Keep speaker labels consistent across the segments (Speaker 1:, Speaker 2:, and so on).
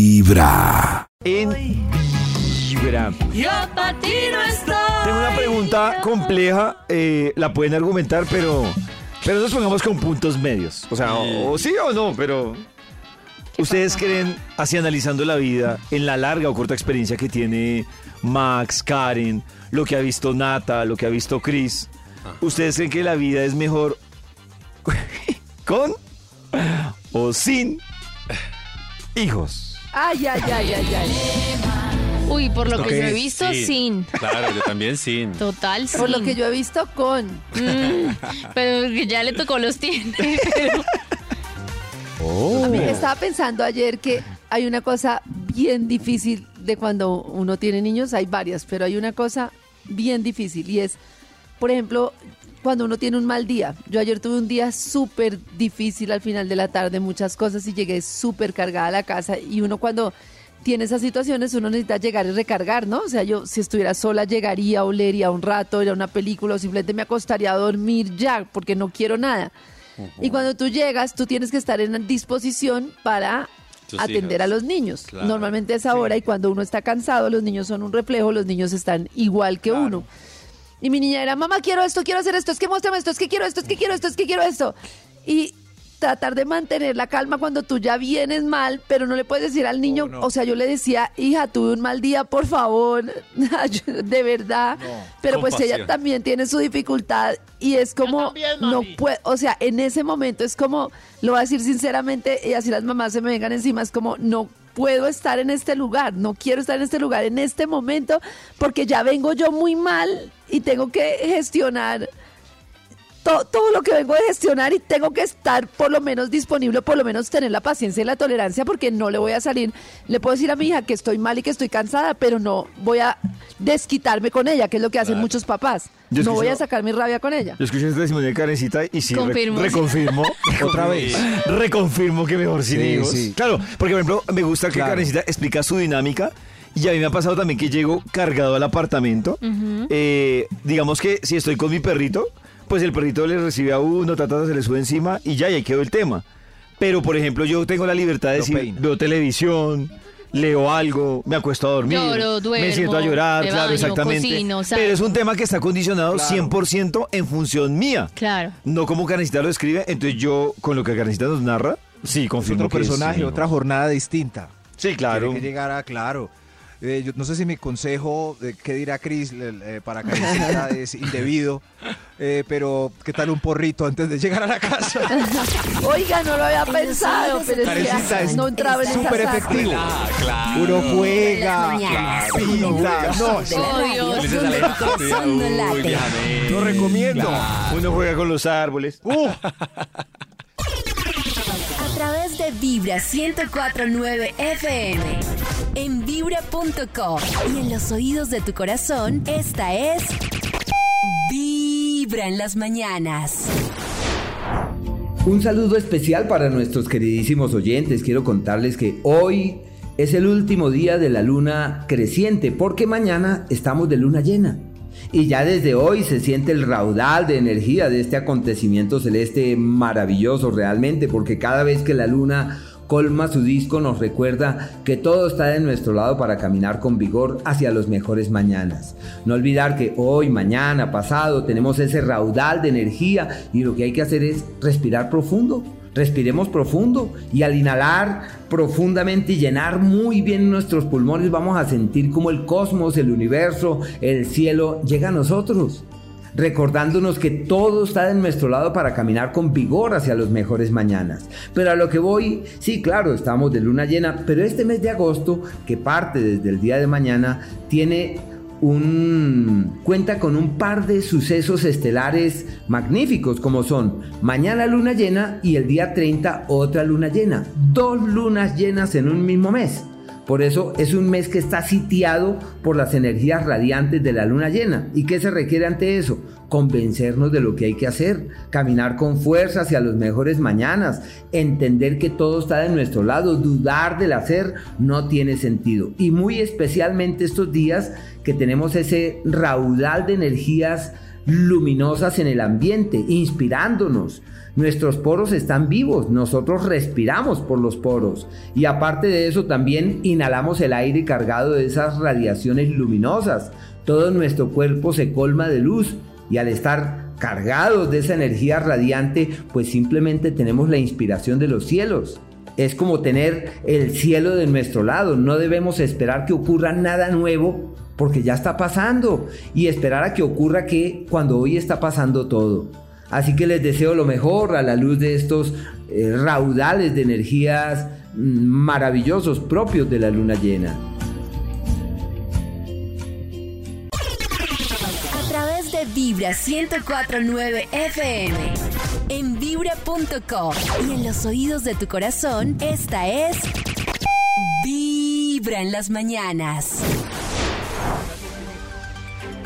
Speaker 1: Vibra.
Speaker 2: En Vibra.
Speaker 3: Yo para ti no estoy.
Speaker 2: Tengo una pregunta compleja, eh, la pueden argumentar, pero, pero nos pongamos con puntos medios. O sea, o, o sí o no, pero... ¿Ustedes creen, así analizando la vida, en la larga o corta experiencia que tiene Max, Karen, lo que ha visto Nata, lo que ha visto Chris, ¿ustedes creen que la vida es mejor con o sin hijos?
Speaker 3: Ay, ay, ay, ay, ay.
Speaker 4: Uy, por lo que
Speaker 2: Ok,
Speaker 4: yo he visto,
Speaker 5: Sí,
Speaker 4: sin.
Speaker 5: Claro, yo también sin.
Speaker 4: Total, sin.
Speaker 3: Por lo que yo he visto con.
Speaker 4: Mm, pero que ya le tocó los dientes. pero- Oh.
Speaker 3: A mí Oh. estaba pensando ayer que hay una cosa bien difícil de cuando uno tiene niños, hay varias, pero hay una cosa bien difícil y es, por ejemplo, cuando uno tiene un mal día. Yo ayer tuve un día súper difícil al final de la tarde, muchas cosas y llegué súper cargada a la casa y uno cuando tiene esas situaciones uno necesita llegar y recargar, ¿no? O sea, yo si estuviera sola llegaría, olería un rato, iría a una película o simplemente me acostaría a dormir ya porque no quiero nada. Y cuando tú llegas, tú tienes que estar en disposición para
Speaker 5: Tus
Speaker 3: atender
Speaker 5: hijos.
Speaker 3: a los niños.
Speaker 5: Claro.
Speaker 3: Normalmente es ahora y cuando uno está cansado, los niños son un reflejo, los niños están igual que uno. Y mi niña era, mamá, quiero esto, quiero hacer esto, es que muéstrame esto, es que quiero esto, es que quiero esto, es que quiero esto. Y tratar de mantener la calma cuando tú ya vienes mal, pero no le puedes decir al
Speaker 5: Oh,
Speaker 3: niño, o sea, yo le decía, hija, tuve un mal día, por favor, de verdad. pero pues ella
Speaker 5: Compasión.
Speaker 3: también tiene su dificultad y es como, no puede, o sea, en ese momento es como, lo voy a decir sinceramente y así las mamás se me vengan encima, es como, no puedo estar en este lugar, no quiero estar en este lugar en este momento porque ya vengo yo muy mal y tengo que gestionar to- todo lo que vengo de gestionar y tengo que estar por lo menos disponible, por lo menos tener la paciencia y la tolerancia porque no le voy a salir. Le puedo decir a mi hija que estoy mal y que estoy cansada, pero no voy a desquitarme con ella, que es lo que hacen muchos papás.
Speaker 2: Yo
Speaker 3: No voy a
Speaker 2: escucho-
Speaker 3: sacar mi rabia con ella.
Speaker 2: Yo escuché este testimonio de Karencita y sí, re-
Speaker 4: Confirmo.
Speaker 2: reconfirmo.
Speaker 5: Otra vez.
Speaker 2: Reconfirmo que mejor sin
Speaker 1: Sí,
Speaker 2: hijos.
Speaker 1: sí.
Speaker 2: Claro, porque por ejemplo, me gusta que
Speaker 1: Claro.
Speaker 2: Karencita explica su dinámica. Y a mí me ha pasado también que llego cargado al apartamento. Eh, digamos que si estoy con mi perrito, pues el perrito le recibe a uno, ta, ta, ta, se le sube encima y ya, y ahí quedó el tema. Pero por ejemplo, yo tengo la libertad de
Speaker 1: Lo
Speaker 2: decir,
Speaker 1: peina.
Speaker 2: veo televisión, leo algo, me acuesto a dormir,
Speaker 4: Lloro, duermo,
Speaker 2: me siento a llorar,
Speaker 4: me
Speaker 2: claro,
Speaker 4: baño,
Speaker 2: exactamente.
Speaker 4: cocino, salgo.
Speaker 2: Pero es un tema que está condicionado 100% en función mía.
Speaker 4: Claro.
Speaker 2: No como Carnicita lo describe, entonces yo con lo que Carnicita nos narra, sí,
Speaker 1: Es
Speaker 2: confirmo
Speaker 1: otro
Speaker 2: que es
Speaker 1: personaje,
Speaker 2: mío.
Speaker 1: otra jornada distinta.
Speaker 2: Sí, claro.
Speaker 1: Tiene que llegar a claro. Eh, yo no sé si mi consejo, eh, ¿qué dirá Cris eh, para Karencita es indebido? Eh, pero, ¿qué tal un porrito antes de llegar a la casa?
Speaker 3: Oiga, no lo había pensado, pero es
Speaker 1: Karencita
Speaker 3: que
Speaker 1: es
Speaker 3: no entraba en esa
Speaker 1: súper
Speaker 3: saga.
Speaker 1: efectivo.
Speaker 5: Ah, claro.
Speaker 1: Uno
Speaker 6: Las
Speaker 1: juega,
Speaker 6: mañanas.
Speaker 2: Ah,
Speaker 1: pinta, no,
Speaker 6: De la radio,
Speaker 4: Oh, Dios.
Speaker 5: Ulises Alejandro.
Speaker 6: Son de late.
Speaker 5: Uy, viajame.
Speaker 1: lo recomiendo.
Speaker 2: Uno juega con los árboles.
Speaker 1: Uh,
Speaker 6: A través de Vibra 104.9 FM. En Vibra.com. Y en los oídos de tu corazón, esta es... Vibra en las mañanas.
Speaker 7: Un saludo especial para nuestros queridísimos oyentes. Quiero contarles que hoy es el último día de la luna creciente porque mañana estamos de luna llena. Y ya desde hoy se siente el raudal de energía de este acontecimiento celeste maravilloso realmente porque cada vez que la luna colma su disco nos recuerda que todo está de nuestro lado para caminar con vigor hacia los mejores mañanas. No olvidar que hoy, mañana, pasado tenemos ese raudal de energía y lo que hay que hacer es respirar profundo. Respiremos profundo y al inhalar profundamente y llenar muy bien nuestros pulmones vamos a sentir como el cosmos, el universo, el cielo llega a nosotros recordándonos que todo está de nuestro lado para caminar con vigor hacia los mejores mañanas. Pero a lo que voy, sí, claro, estamos de luna llena, pero este mes de agosto, que parte desde el día de mañana, tiene un cuenta con un par de sucesos estelares magníficos como son mañana luna llena y el día 30 otra luna llena, dos lunas llenas en un mismo mes. Por eso es un mes que está sitiado por las energías radiantes de la luna llena. ¿Y qué se requiere ante eso? Convencernos de lo que hay que hacer, caminar con fuerza hacia los mejores mañanas, entender que todo está de nuestro lado, dudar del hacer no tiene sentido. Y muy especialmente estos días que tenemos ese raudal de energías luminosas en el ambiente, inspirándonos, Nuestros poros están vivos, nosotros respiramos por los poros y aparte de eso también inhalamos el aire cargado de esas radiaciones luminosas. Todo nuestro cuerpo se colma de luz y al estar cargados de esa energía radiante, pues simplemente tenemos la inspiración de los cielos. Es como tener el cielo de nuestro lado. No debemos esperar que ocurra nada nuevo porque ya está pasando y esperar a que ocurra que cuando hoy está pasando todo. Así que les deseo lo mejor a la luz de estos eh, raudales de energías mm, maravillosos propios de la luna llena.
Speaker 6: A través de Vibra 104.9 FM. En Vibra.co. Y en los oídos de tu corazón, esta es... Vibra en las mañanas.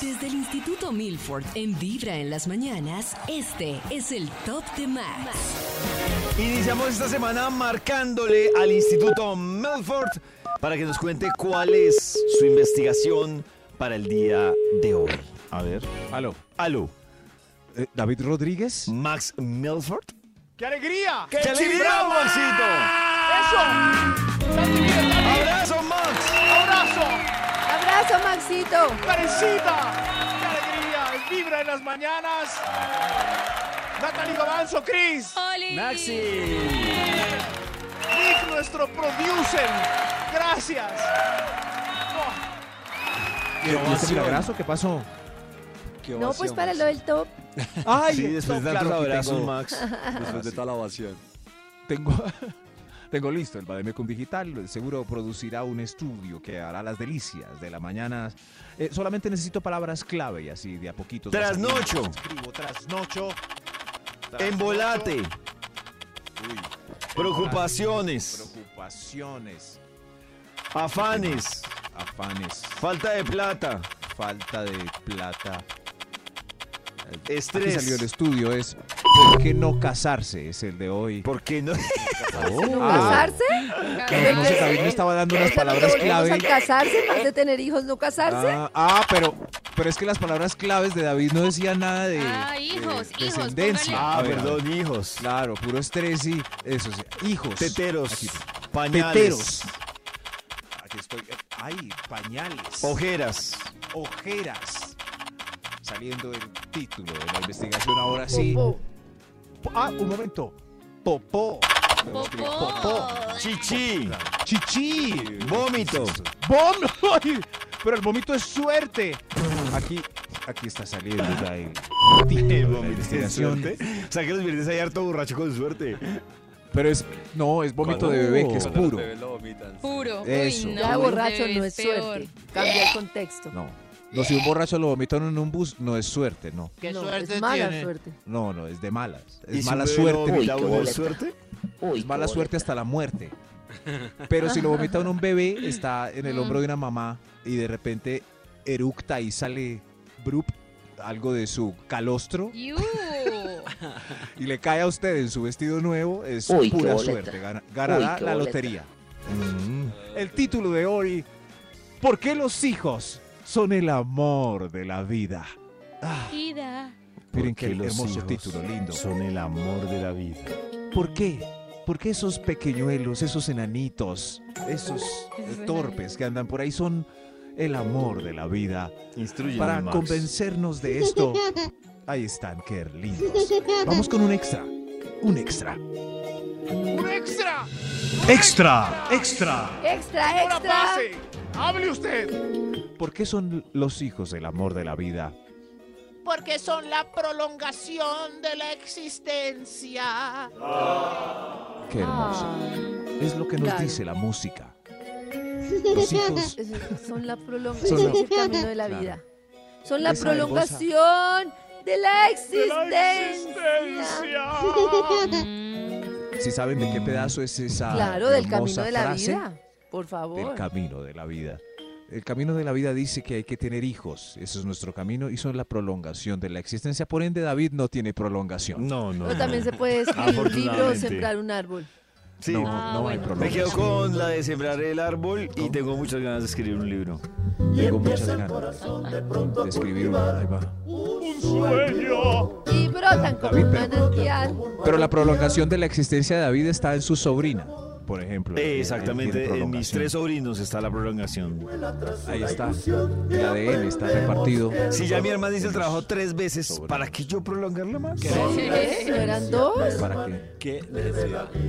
Speaker 8: Desde el Instituto Milford, en Vibra en las Mañanas, este es el Top de Max.
Speaker 2: Iniciamos esta semana marcándole al Instituto Melford para que nos cuente cuál es su investigación para el día de hoy. A ver.
Speaker 1: Aló.
Speaker 2: Aló.
Speaker 1: Eh, David Rodríguez.
Speaker 2: Max Melford.
Speaker 9: ¡Qué alegría!
Speaker 2: ¡Qué bravo, Maxito!
Speaker 9: ¡Eso!
Speaker 2: ¡Abrazo, Max!
Speaker 9: ¡Abrazo!
Speaker 3: Abrazo, Maxito.
Speaker 9: ¡Karencita! ¡Qué alegría! ¡Vibra en las mañanas! Natalie Gavanzo, Cris,
Speaker 4: ¡Oli!
Speaker 9: Nick, nuestro producer. Gracias. Oh,
Speaker 1: ¿Y este milagroso qué pasó?
Speaker 3: No, pues para lo del top.
Speaker 1: Ay,
Speaker 2: Sí, después de
Speaker 1: no,
Speaker 2: tantos
Speaker 1: claro, aquí
Speaker 2: abrazos,
Speaker 1: tengo-
Speaker 2: Max.
Speaker 5: Después de toda la ovación.
Speaker 1: Tengo, tengo listo el Bademecum Digital. Seguro producirá un estudio que hará las delicias de la mañana. Eh, solamente necesito palabras clave y así de a poquitos. vas saliendo.
Speaker 2: Trasnocho.
Speaker 9: escribo trasnocho. trasnocho,
Speaker 2: Embolate.
Speaker 1: Uy,
Speaker 2: Preocupaciones.
Speaker 1: Preocupaciones.
Speaker 2: Afanes.
Speaker 1: Afanes.
Speaker 2: Falta de plata.
Speaker 1: Falta de plata. Aquí salió el
Speaker 2: Estrés.
Speaker 1: estudio. Es ¿Por qué no casarse? Es el de hoy.
Speaker 2: ¿Por qué no?
Speaker 3: ¿No
Speaker 1: Ah.
Speaker 3: casarse?
Speaker 1: No sé, David me estaba dando unas palabras
Speaker 3: ¿Volvemos
Speaker 1: clave.
Speaker 3: al casarse? ¿Más de tener hijos, no casarse?
Speaker 1: Ah, ah, pero, pero es que las palabras claves de David no decían nada de,
Speaker 4: Ah,
Speaker 1: de
Speaker 4: hijos, hijos,
Speaker 1: descendencia.
Speaker 4: póngale.
Speaker 2: Ah,
Speaker 1: A ver, a ver.
Speaker 2: perdón, hijos.
Speaker 1: Claro, puro estrés y eso sí. Hijos. Aquí,
Speaker 2: Teteros. Pañales.
Speaker 1: Teteros. Aquí estoy. Ay, pañales.
Speaker 2: Ojeras.
Speaker 1: ojeras. Saliendo el título de la investigación ahora sí.
Speaker 3: Popó.
Speaker 1: Po- Ah, un momento. Popó. Debo escribir
Speaker 4: Popó.
Speaker 2: Chichi.
Speaker 1: Chichi.
Speaker 2: Vómito.
Speaker 1: ¡Vómito! Pero el vómito es suerte. Aquí, aquí está saliendo ya el título de la investigación.
Speaker 2: O sea que los viernes hay harto borracho con suerte.
Speaker 1: Pero es, no, es vómito de
Speaker 2: Cuando-
Speaker 1: bebé, que es
Speaker 5: Cuando los
Speaker 1: puro.
Speaker 5: bebés lo vomitan.
Speaker 4: Puro.
Speaker 1: Eso.
Speaker 4: Uy, no,
Speaker 3: Ya de borracho
Speaker 4: bebé
Speaker 3: no es suerte. Cambia el contexto.
Speaker 1: No. No, si un borracho lo vomitó en un bus, no es suerte, no.
Speaker 3: Qué suerte es mala suerte.
Speaker 1: No, no, es de malas.
Speaker 2: Eh. ¿Y
Speaker 1: Es
Speaker 2: si
Speaker 1: mala
Speaker 2: un bebé no
Speaker 1: suerte.
Speaker 2: vomita, uno es suerte?
Speaker 1: Es mala suerte hasta la muerte. Pero si lo vomita en un bebé, está en
Speaker 3: Mm.
Speaker 1: el hombro de una mamá y de repente eructa y sale brup algo de su calostro
Speaker 4: Yu.
Speaker 1: y le cae a usted en su vestido nuevo, es
Speaker 10: Uy, qué
Speaker 1: pura
Speaker 10: boleta.
Speaker 1: suerte. Gana- ganará
Speaker 10: Uy, qué
Speaker 1: la
Speaker 10: boleta.
Speaker 1: lotería. Mm. El título de hoy, ¿por qué los hijos son el amor de la vida?
Speaker 4: Ida.
Speaker 1: Miren qué
Speaker 2: Porque los
Speaker 1: hermoso
Speaker 2: hijos
Speaker 1: título, lindo.
Speaker 2: Son el amor de la vida.
Speaker 1: ¿Por qué? Porque esos pequeñuelos, esos enanitos, esos eh, torpes que andan por ahí son el amor de la vida.
Speaker 2: Instruye.
Speaker 1: Para convencernos de esto, ahí están, qué lindos. Vamos con un extra. Un extra.
Speaker 9: ¡Un extra!
Speaker 1: Extra, extra.
Speaker 3: Extra,
Speaker 9: ¡Una
Speaker 3: extra.
Speaker 9: pase! ¡Hable usted!
Speaker 1: ¿Por qué son los hijos el amor de la vida?
Speaker 9: Porque son la prolongación de la existencia.
Speaker 2: Ah,
Speaker 1: Qué hermoso. Es lo que nos
Speaker 3: Ah. Claro.
Speaker 1: dice la música. Los hijos
Speaker 3: Es- Son la
Speaker 1: Son la-
Speaker 3: prolongación del camino de la
Speaker 1: Claro.
Speaker 3: vida. Son la
Speaker 1: Esa
Speaker 3: prolongación de la
Speaker 9: ¡De la
Speaker 3: existencia.
Speaker 9: existencia!
Speaker 1: Si saben
Speaker 2: Mm.
Speaker 1: de qué pedazo es esa.
Speaker 3: Claro, del
Speaker 1: hermosa
Speaker 3: camino de la
Speaker 1: frase,
Speaker 3: vida. Por favor.
Speaker 1: Del camino de la vida. El camino de la vida dice que hay que tener hijos. Ese es nuestro camino y son la prolongación de la existencia. Por ende, David no tiene prolongación.
Speaker 2: No, no.
Speaker 3: Pero
Speaker 2: no.
Speaker 3: también se
Speaker 1: Ah,
Speaker 3: puede escribir un libro o
Speaker 2: Afortunadamente.
Speaker 3: sembrar un árbol.
Speaker 2: Sí.
Speaker 1: No,
Speaker 4: Ah,
Speaker 1: no hay
Speaker 4: bueno.
Speaker 2: Me quedo
Speaker 1: prolongación.
Speaker 2: con la de sembrar el árbol y tengo muchas ganas de escribir un libro.
Speaker 1: Tengo muchas ganas de escribir una. Ahí va.
Speaker 3: Y brotan como
Speaker 1: David,
Speaker 3: un
Speaker 1: pero-
Speaker 3: manantial.
Speaker 1: Pero la prolongación de la existencia de David está en su sobrina, por ejemplo.
Speaker 2: Eh, Exactamente,
Speaker 1: Él tiene
Speaker 2: en mis tres
Speaker 1: prolongación.
Speaker 2: sobrinos está la prolongación.
Speaker 1: Ahí está. El ADN está repartido.
Speaker 2: Si ya mi hermana hizo el trabajo tres veces, ¿para qué yo prolongarlo más?
Speaker 3: ¿Eh? ¿No eran dos?
Speaker 1: ¿Para qué?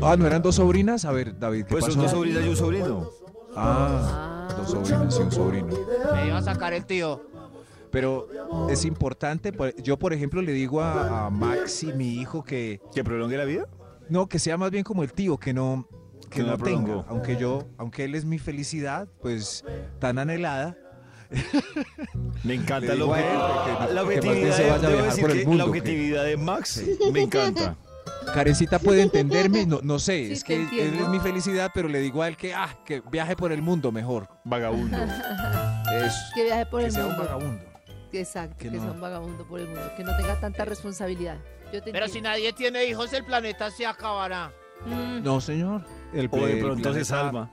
Speaker 1: Ah, ¿no eran dos sobrinas? A ver, David, ¿qué
Speaker 2: Pues son
Speaker 1: pasó?
Speaker 2: dos sobrinas y un sobrino.
Speaker 1: Ah, dos sobrinas y un sobrino.
Speaker 9: Me iba a sacar el tío.
Speaker 1: Pero es importante, por- yo por ejemplo le digo a, a Maxi, mi hijo, que
Speaker 2: ¿Que prolongue la vida?
Speaker 1: no, que sea más bien como el tío, que no, que
Speaker 2: Que la
Speaker 1: no tenga.
Speaker 2: prolongó.
Speaker 1: Aunque yo, aunque él es mi felicidad, pues tan anhelada,
Speaker 2: Me
Speaker 1: Le
Speaker 2: encanta
Speaker 1: digo
Speaker 2: lo
Speaker 1: a él que- que- que
Speaker 2: La
Speaker 1: más bien
Speaker 2: objetividad,
Speaker 1: se
Speaker 2: de-
Speaker 1: vaya a
Speaker 2: debo
Speaker 1: viajar
Speaker 2: decir
Speaker 1: por el
Speaker 2: que
Speaker 1: mundo,
Speaker 2: la
Speaker 1: que-
Speaker 2: objetividad de Max me encanta.
Speaker 1: Karencita puede entenderme, no, no sé,
Speaker 3: Sí,
Speaker 1: es
Speaker 3: te
Speaker 1: que él
Speaker 3: entiendo.
Speaker 1: es mi felicidad, pero le digo a él que, ah, que viaje por el mundo mejor.
Speaker 2: Vagabundo.
Speaker 1: Eso,
Speaker 3: Que viaje por
Speaker 1: que
Speaker 3: el
Speaker 1: sea un
Speaker 3: mundo.
Speaker 1: vagabundo.
Speaker 3: Exacto, que,
Speaker 1: que
Speaker 3: sea
Speaker 1: no. Eh.
Speaker 3: un vagabundo por el mundo. Que no tenga tanta responsabilidad. Yo te
Speaker 9: Pero si
Speaker 3: entiendo.
Speaker 9: nadie tiene hijos, el planeta se acabará.
Speaker 4: Mm,
Speaker 1: No, señor. El,
Speaker 2: O de
Speaker 1: el
Speaker 2: pronto se
Speaker 1: planeta-
Speaker 2: salva.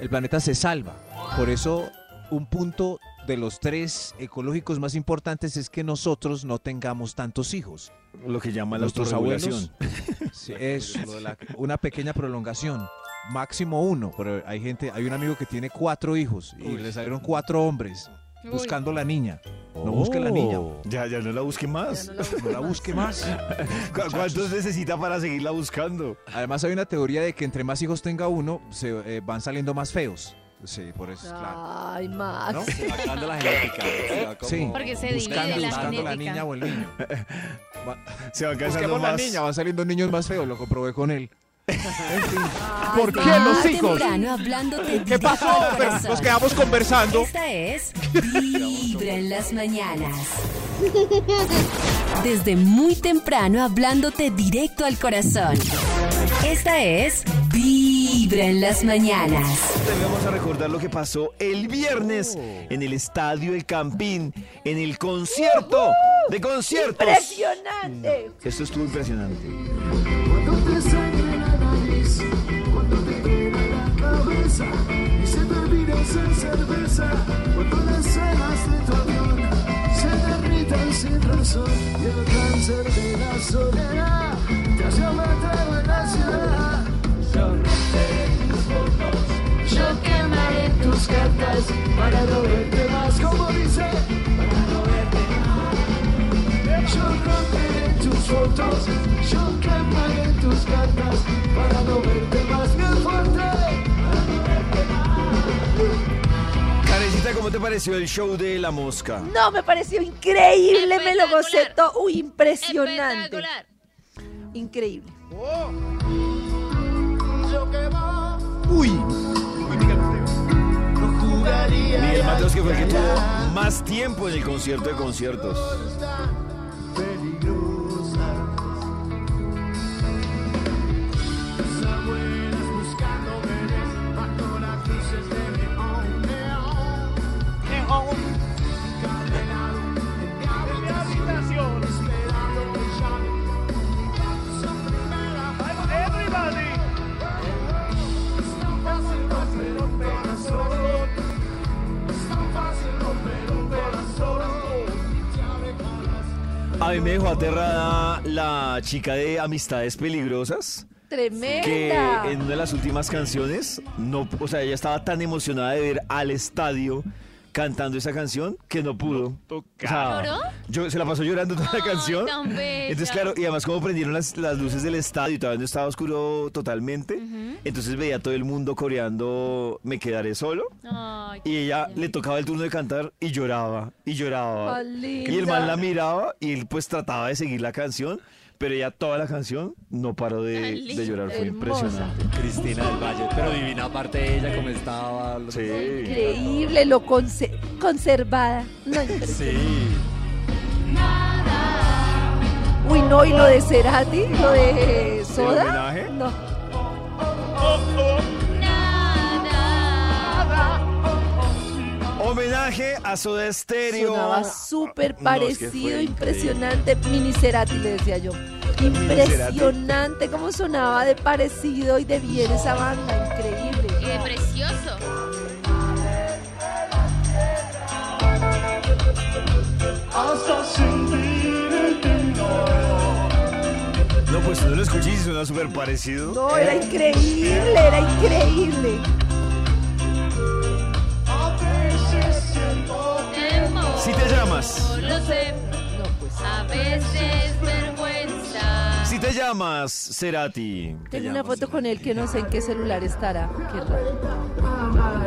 Speaker 1: El planeta se salva. Por eso, un punto de los tres ecológicos más importantes es que nosotros no tengamos tantos hijos.
Speaker 2: Lo que llama la
Speaker 1: Nuestros
Speaker 2: autorregulación.
Speaker 1: abuelos. Sí, eso, lo de la- una pequeña prolongación. Máximo uno, pero hay gente, hay un amigo que tiene cuatro hijos y le salieron cuatro hombres
Speaker 4: uy.
Speaker 1: buscando la niña. No busque la niña,
Speaker 2: Oh. Ya, ya no la busque más.
Speaker 3: Ya no la busco
Speaker 1: no la
Speaker 3: más.
Speaker 1: busque más.
Speaker 2: ¿Cu- ¿Cuántos necesita para seguirla buscando?
Speaker 1: Además hay una teoría de que entre más hijos tenga uno, se eh, van saliendo más feos. Sí, por eso, claro.
Speaker 3: Ay, Max.
Speaker 1: ¿No?
Speaker 5: Se va acabando la genética. se va como-
Speaker 1: Sí.
Speaker 4: Porque se
Speaker 1: Buscando,
Speaker 4: divide la
Speaker 1: buscando la
Speaker 4: genética.
Speaker 1: niña o el niño.
Speaker 2: Se va cansando
Speaker 1: Busquemos la
Speaker 2: más.
Speaker 1: niña, van saliendo niños más feos, lo comprobé con él. En fin. ¿Por
Speaker 6: Desde
Speaker 1: qué los
Speaker 6: muy
Speaker 1: hijos? Pues,
Speaker 6: temprano, hablándote
Speaker 9: ¿Qué pasó?
Speaker 6: directo al
Speaker 9: Pero
Speaker 6: corazón.
Speaker 9: nos quedamos conversando.
Speaker 6: Esta es Vibra en las mañanas. Desde muy temprano hablándote directo al corazón. Esta es Vibra en las mañanas.
Speaker 2: Te vamos a recordar lo que pasó el viernes en el Estadio El Campín, en el concierto de conciertos.
Speaker 3: Impresionante.
Speaker 2: Esto estuvo impresionante. Karencita, ¿cómo te pareció el show de La Mosca?
Speaker 3: No, me pareció increíble, me lo gocé
Speaker 4: Espectacular.
Speaker 3: todo. Uy, impresionante.
Speaker 4: Espectacular.
Speaker 3: Increíble.
Speaker 2: Miguel Mateos, que fue el que tuvo más tiempo en el concierto de conciertos. A mí me dejó aterrada la chica de Amistades Peligrosas, que
Speaker 3: Tremenda.
Speaker 2: en una de las últimas canciones, no, o sea, ella estaba tan emocionada de ver al estadio cantando esa canción que no pudo. O sea,
Speaker 4: ¿Lloró?
Speaker 2: yo, se la pasó llorando toda la
Speaker 4: Ay,
Speaker 2: canción.
Speaker 4: tan bella.
Speaker 2: Entonces, claro, y además como prendieron las, las luces del estadio y todavía no estaba oscuro totalmente, entonces veía a todo el mundo coreando Me quedaré solo.
Speaker 4: Ay,
Speaker 2: Y ella
Speaker 4: qué
Speaker 2: le tocaba el turno de cantar y lloraba, y lloraba.
Speaker 3: Ah, linda.
Speaker 2: Y el man la miraba y él pues trataba de seguir la canción, pero ella toda la canción no paró
Speaker 4: Tan
Speaker 2: de,
Speaker 4: linda.
Speaker 2: de llorar, fue
Speaker 3: Hermosa.
Speaker 2: impresionante.
Speaker 5: Cristina del Valle. Pero divina aparte de ella, cómo estaba. los-
Speaker 2: Sí.
Speaker 3: Increíble, lo conse- conservada. No,
Speaker 5: Sí.
Speaker 3: Uy, no, y lo de Cerati, lo de Soda.
Speaker 2: homenaje?
Speaker 3: No.
Speaker 4: Nada.
Speaker 2: homenaje a Soda Stereo.
Speaker 3: Sonaba súper parecido, impresionante. Miniserati, le decía yo. Impresionante cómo sonaba de parecido y de bien esa banda. Increíble.
Speaker 4: Y de precioso.
Speaker 2: No, pues no lo escuché y suena súper parecido.
Speaker 3: No, era increíble, era increíble.
Speaker 2: Si te llamas,
Speaker 4: Lo sé,
Speaker 3: No, pues.
Speaker 4: a veces vergüenza.
Speaker 2: si te llamas Cerati.
Speaker 3: Tengo una foto con él que no sé en qué celular estará. Qué raro.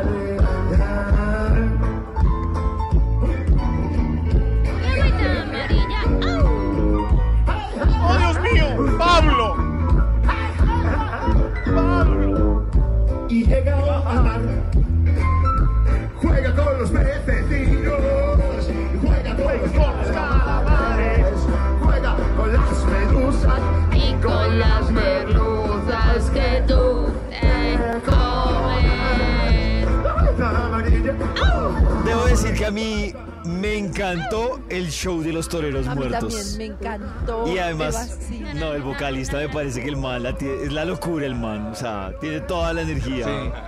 Speaker 4: Vergüenza amarilla. ¡Au!
Speaker 9: ¡Oh, Dios mío! ¡Pablo! ¡Pablo!
Speaker 10: y llega a amar. Juega con los pececitos, juega con los, con los calamares, juega con las medusas
Speaker 4: Y con las merluzas que tú te comes.
Speaker 10: amarillas.
Speaker 2: Debo decir que a mí me encantó el show de los toreros
Speaker 3: A mí
Speaker 2: muertos.
Speaker 3: también me encantó.
Speaker 2: Y además,
Speaker 3: Sebastián.
Speaker 2: no, el vocalista me parece que el man la tie- es la locura, el man. O sea, tiene toda la energía.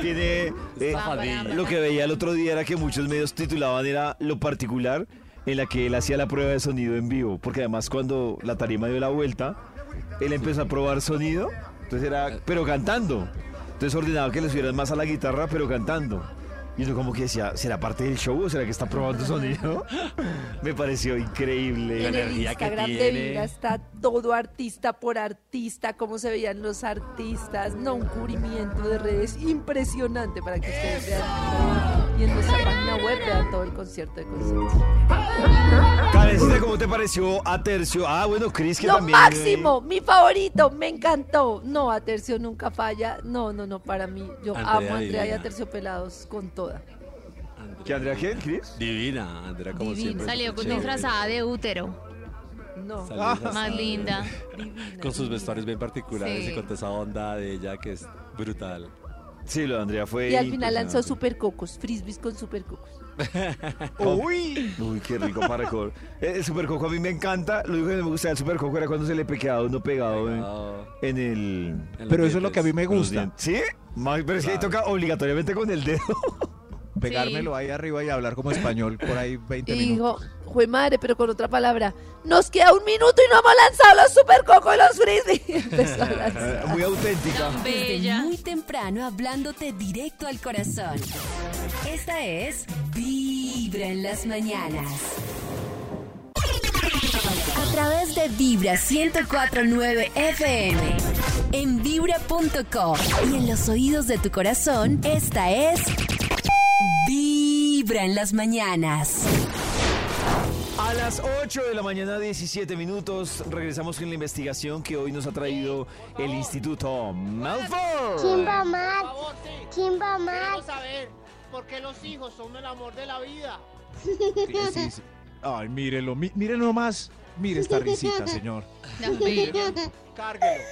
Speaker 2: Tiene. eh,
Speaker 5: fadilla.
Speaker 2: lo que veía el otro día era que muchos medios titulaban era lo particular en la que él hacía la prueba de sonido en vivo. Porque además, cuando la tarima dio la vuelta, él empezó a probar sonido. Entonces era. Pero cantando. Entonces ordenaba que le subieran más a la guitarra, pero cantando. Y uno como que decía, ¿será parte del show o será que está probando sonido? Me pareció increíble.
Speaker 3: En el
Speaker 5: energía que
Speaker 3: Instagram de
Speaker 5: tiene.
Speaker 3: Vibra está todo artista por artista, cómo se veían los artistas, no un cubrimiento de redes impresionante para que ustedes vean. Y en nuestra página web vean todo el concierto de conciertos.
Speaker 2: Karencita, ¿cómo te pareció a Tercio? Ah, bueno, Cris que
Speaker 3: Lo
Speaker 2: también. eh,
Speaker 3: máximo, mi favorito, me encantó. No, Atercio nunca falla. No, no, no, para mí. Yo
Speaker 5: Andrea
Speaker 3: amo a Andrea y
Speaker 5: Divina.
Speaker 3: a Tercio Pelados con toda.
Speaker 2: ¿Que Andrea qué, Cris?
Speaker 5: Divina, Andrea, como
Speaker 3: Divina.
Speaker 5: siempre.
Speaker 4: Salió
Speaker 5: Chévere.
Speaker 4: disfrazada de útero.
Speaker 3: No.
Speaker 5: Salió disfrazada
Speaker 4: Más
Speaker 5: de-
Speaker 4: linda.
Speaker 5: Con sus vestuarios bien particulares
Speaker 4: Sí.
Speaker 5: y con toda esa onda de ella que es brutal.
Speaker 2: Sí, lo de Andrea fue.
Speaker 3: Y al
Speaker 5: pues
Speaker 3: final lanzó
Speaker 2: impresionante.
Speaker 3: super cocos, frisbees con super cocos.
Speaker 1: Uy.
Speaker 2: Uy, qué rico para Coco. El Supercoco a mí me encanta. Lo único que me gusta del Supercoco era cuando se le pequeaba uno pegado en,
Speaker 5: Ah,
Speaker 2: en el.
Speaker 5: en los
Speaker 1: Pero eso es lo
Speaker 5: dientes.
Speaker 1: que a mí me
Speaker 2: con los
Speaker 1: gusta.
Speaker 2: dientes. ¿Sí? Ma- Pero es que ahí toca obligatoriamente con el dedo.
Speaker 1: Pegármelo ahí arriba y hablar como español por ahí 20
Speaker 3: Y
Speaker 1: minutos.
Speaker 3: dijo, jue madre, pero con otra palabra, nos queda un minuto y no hemos lanzado los super coco y los frisbees. Empezó a lanzar.
Speaker 2: Muy auténtica.
Speaker 6: Desde
Speaker 4: Bella.
Speaker 6: muy temprano hablándote directo al corazón. Esta es Vibra en las mañanas. A través de Vibra 1049 FM. En vibra.com y en los oídos de tu corazón, esta es Vibra en las mañanas.
Speaker 2: A las 8 de la mañana, 17 minutos, regresamos con la investigación que hoy nos ha traído el Instituto Malfoy.
Speaker 11: Chimba Max, Chimba Max,
Speaker 9: saber por qué los hijos son el amor de la vida.
Speaker 1: Sí, sí, sí. Ay, mírelo, mí- mírenlo más. Mire esta risita, señor.
Speaker 4: Tan bella.
Speaker 9: Cárguelo.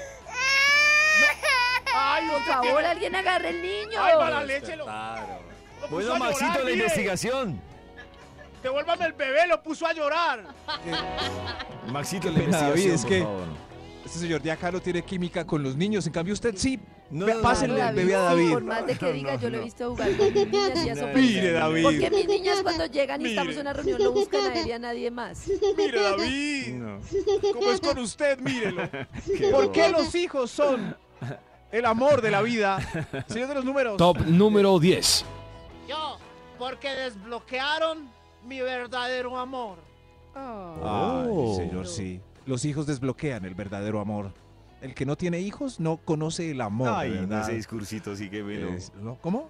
Speaker 9: ¡Ay,
Speaker 3: Por
Speaker 9: otra
Speaker 3: favor,
Speaker 9: tiene-
Speaker 3: alguien agarre el niño.
Speaker 9: ¡Ay, mala leche! Lo,
Speaker 5: Claro.
Speaker 9: lo puso
Speaker 2: Bueno,
Speaker 9: a llorar,
Speaker 2: Maxito, la
Speaker 9: mire.
Speaker 2: investigación.
Speaker 9: Devuélvame el bebé, lo puso a llorar.
Speaker 2: Maxito, la
Speaker 1: Qué pena, David,
Speaker 2: investigación,
Speaker 1: es
Speaker 2: por
Speaker 1: que-
Speaker 2: favor.
Speaker 1: Este señor de acá no tiene química con los niños. En cambio, usted sí.
Speaker 2: No,
Speaker 1: Ve-
Speaker 2: no, no,
Speaker 1: pásenle
Speaker 2: no,
Speaker 1: al
Speaker 2: no.
Speaker 1: bebé a
Speaker 3: sí,
Speaker 1: David.
Speaker 3: Por más de que
Speaker 2: No,
Speaker 3: diga,
Speaker 2: no,
Speaker 3: yo lo he
Speaker 2: no.
Speaker 3: visto jugar con mis niñas y a soplar.
Speaker 1: Mire, David.
Speaker 3: Porque mis niñas cuando llegan y estamos en una reunión lo buscan a él y a nadie más.
Speaker 9: Mire, David,
Speaker 2: No.
Speaker 9: ¿cómo
Speaker 1: Pues
Speaker 9: es con usted? Mírelo.
Speaker 2: Qué
Speaker 9: ¿Por qué
Speaker 2: bobo.
Speaker 9: los hijos son el amor de la vida? Señor de los números.
Speaker 12: Top número 10.
Speaker 9: Yo, porque desbloquearon mi verdadero amor.
Speaker 1: Ay,
Speaker 2: Oh.
Speaker 1: señor, sí. Los hijos desbloquean el verdadero amor. El que no tiene hijos no conoce el amor. de
Speaker 2: Ay, no,
Speaker 1: verdad.
Speaker 2: ese discursito sí que velo.
Speaker 1: Es- ¿no? ¿Cómo?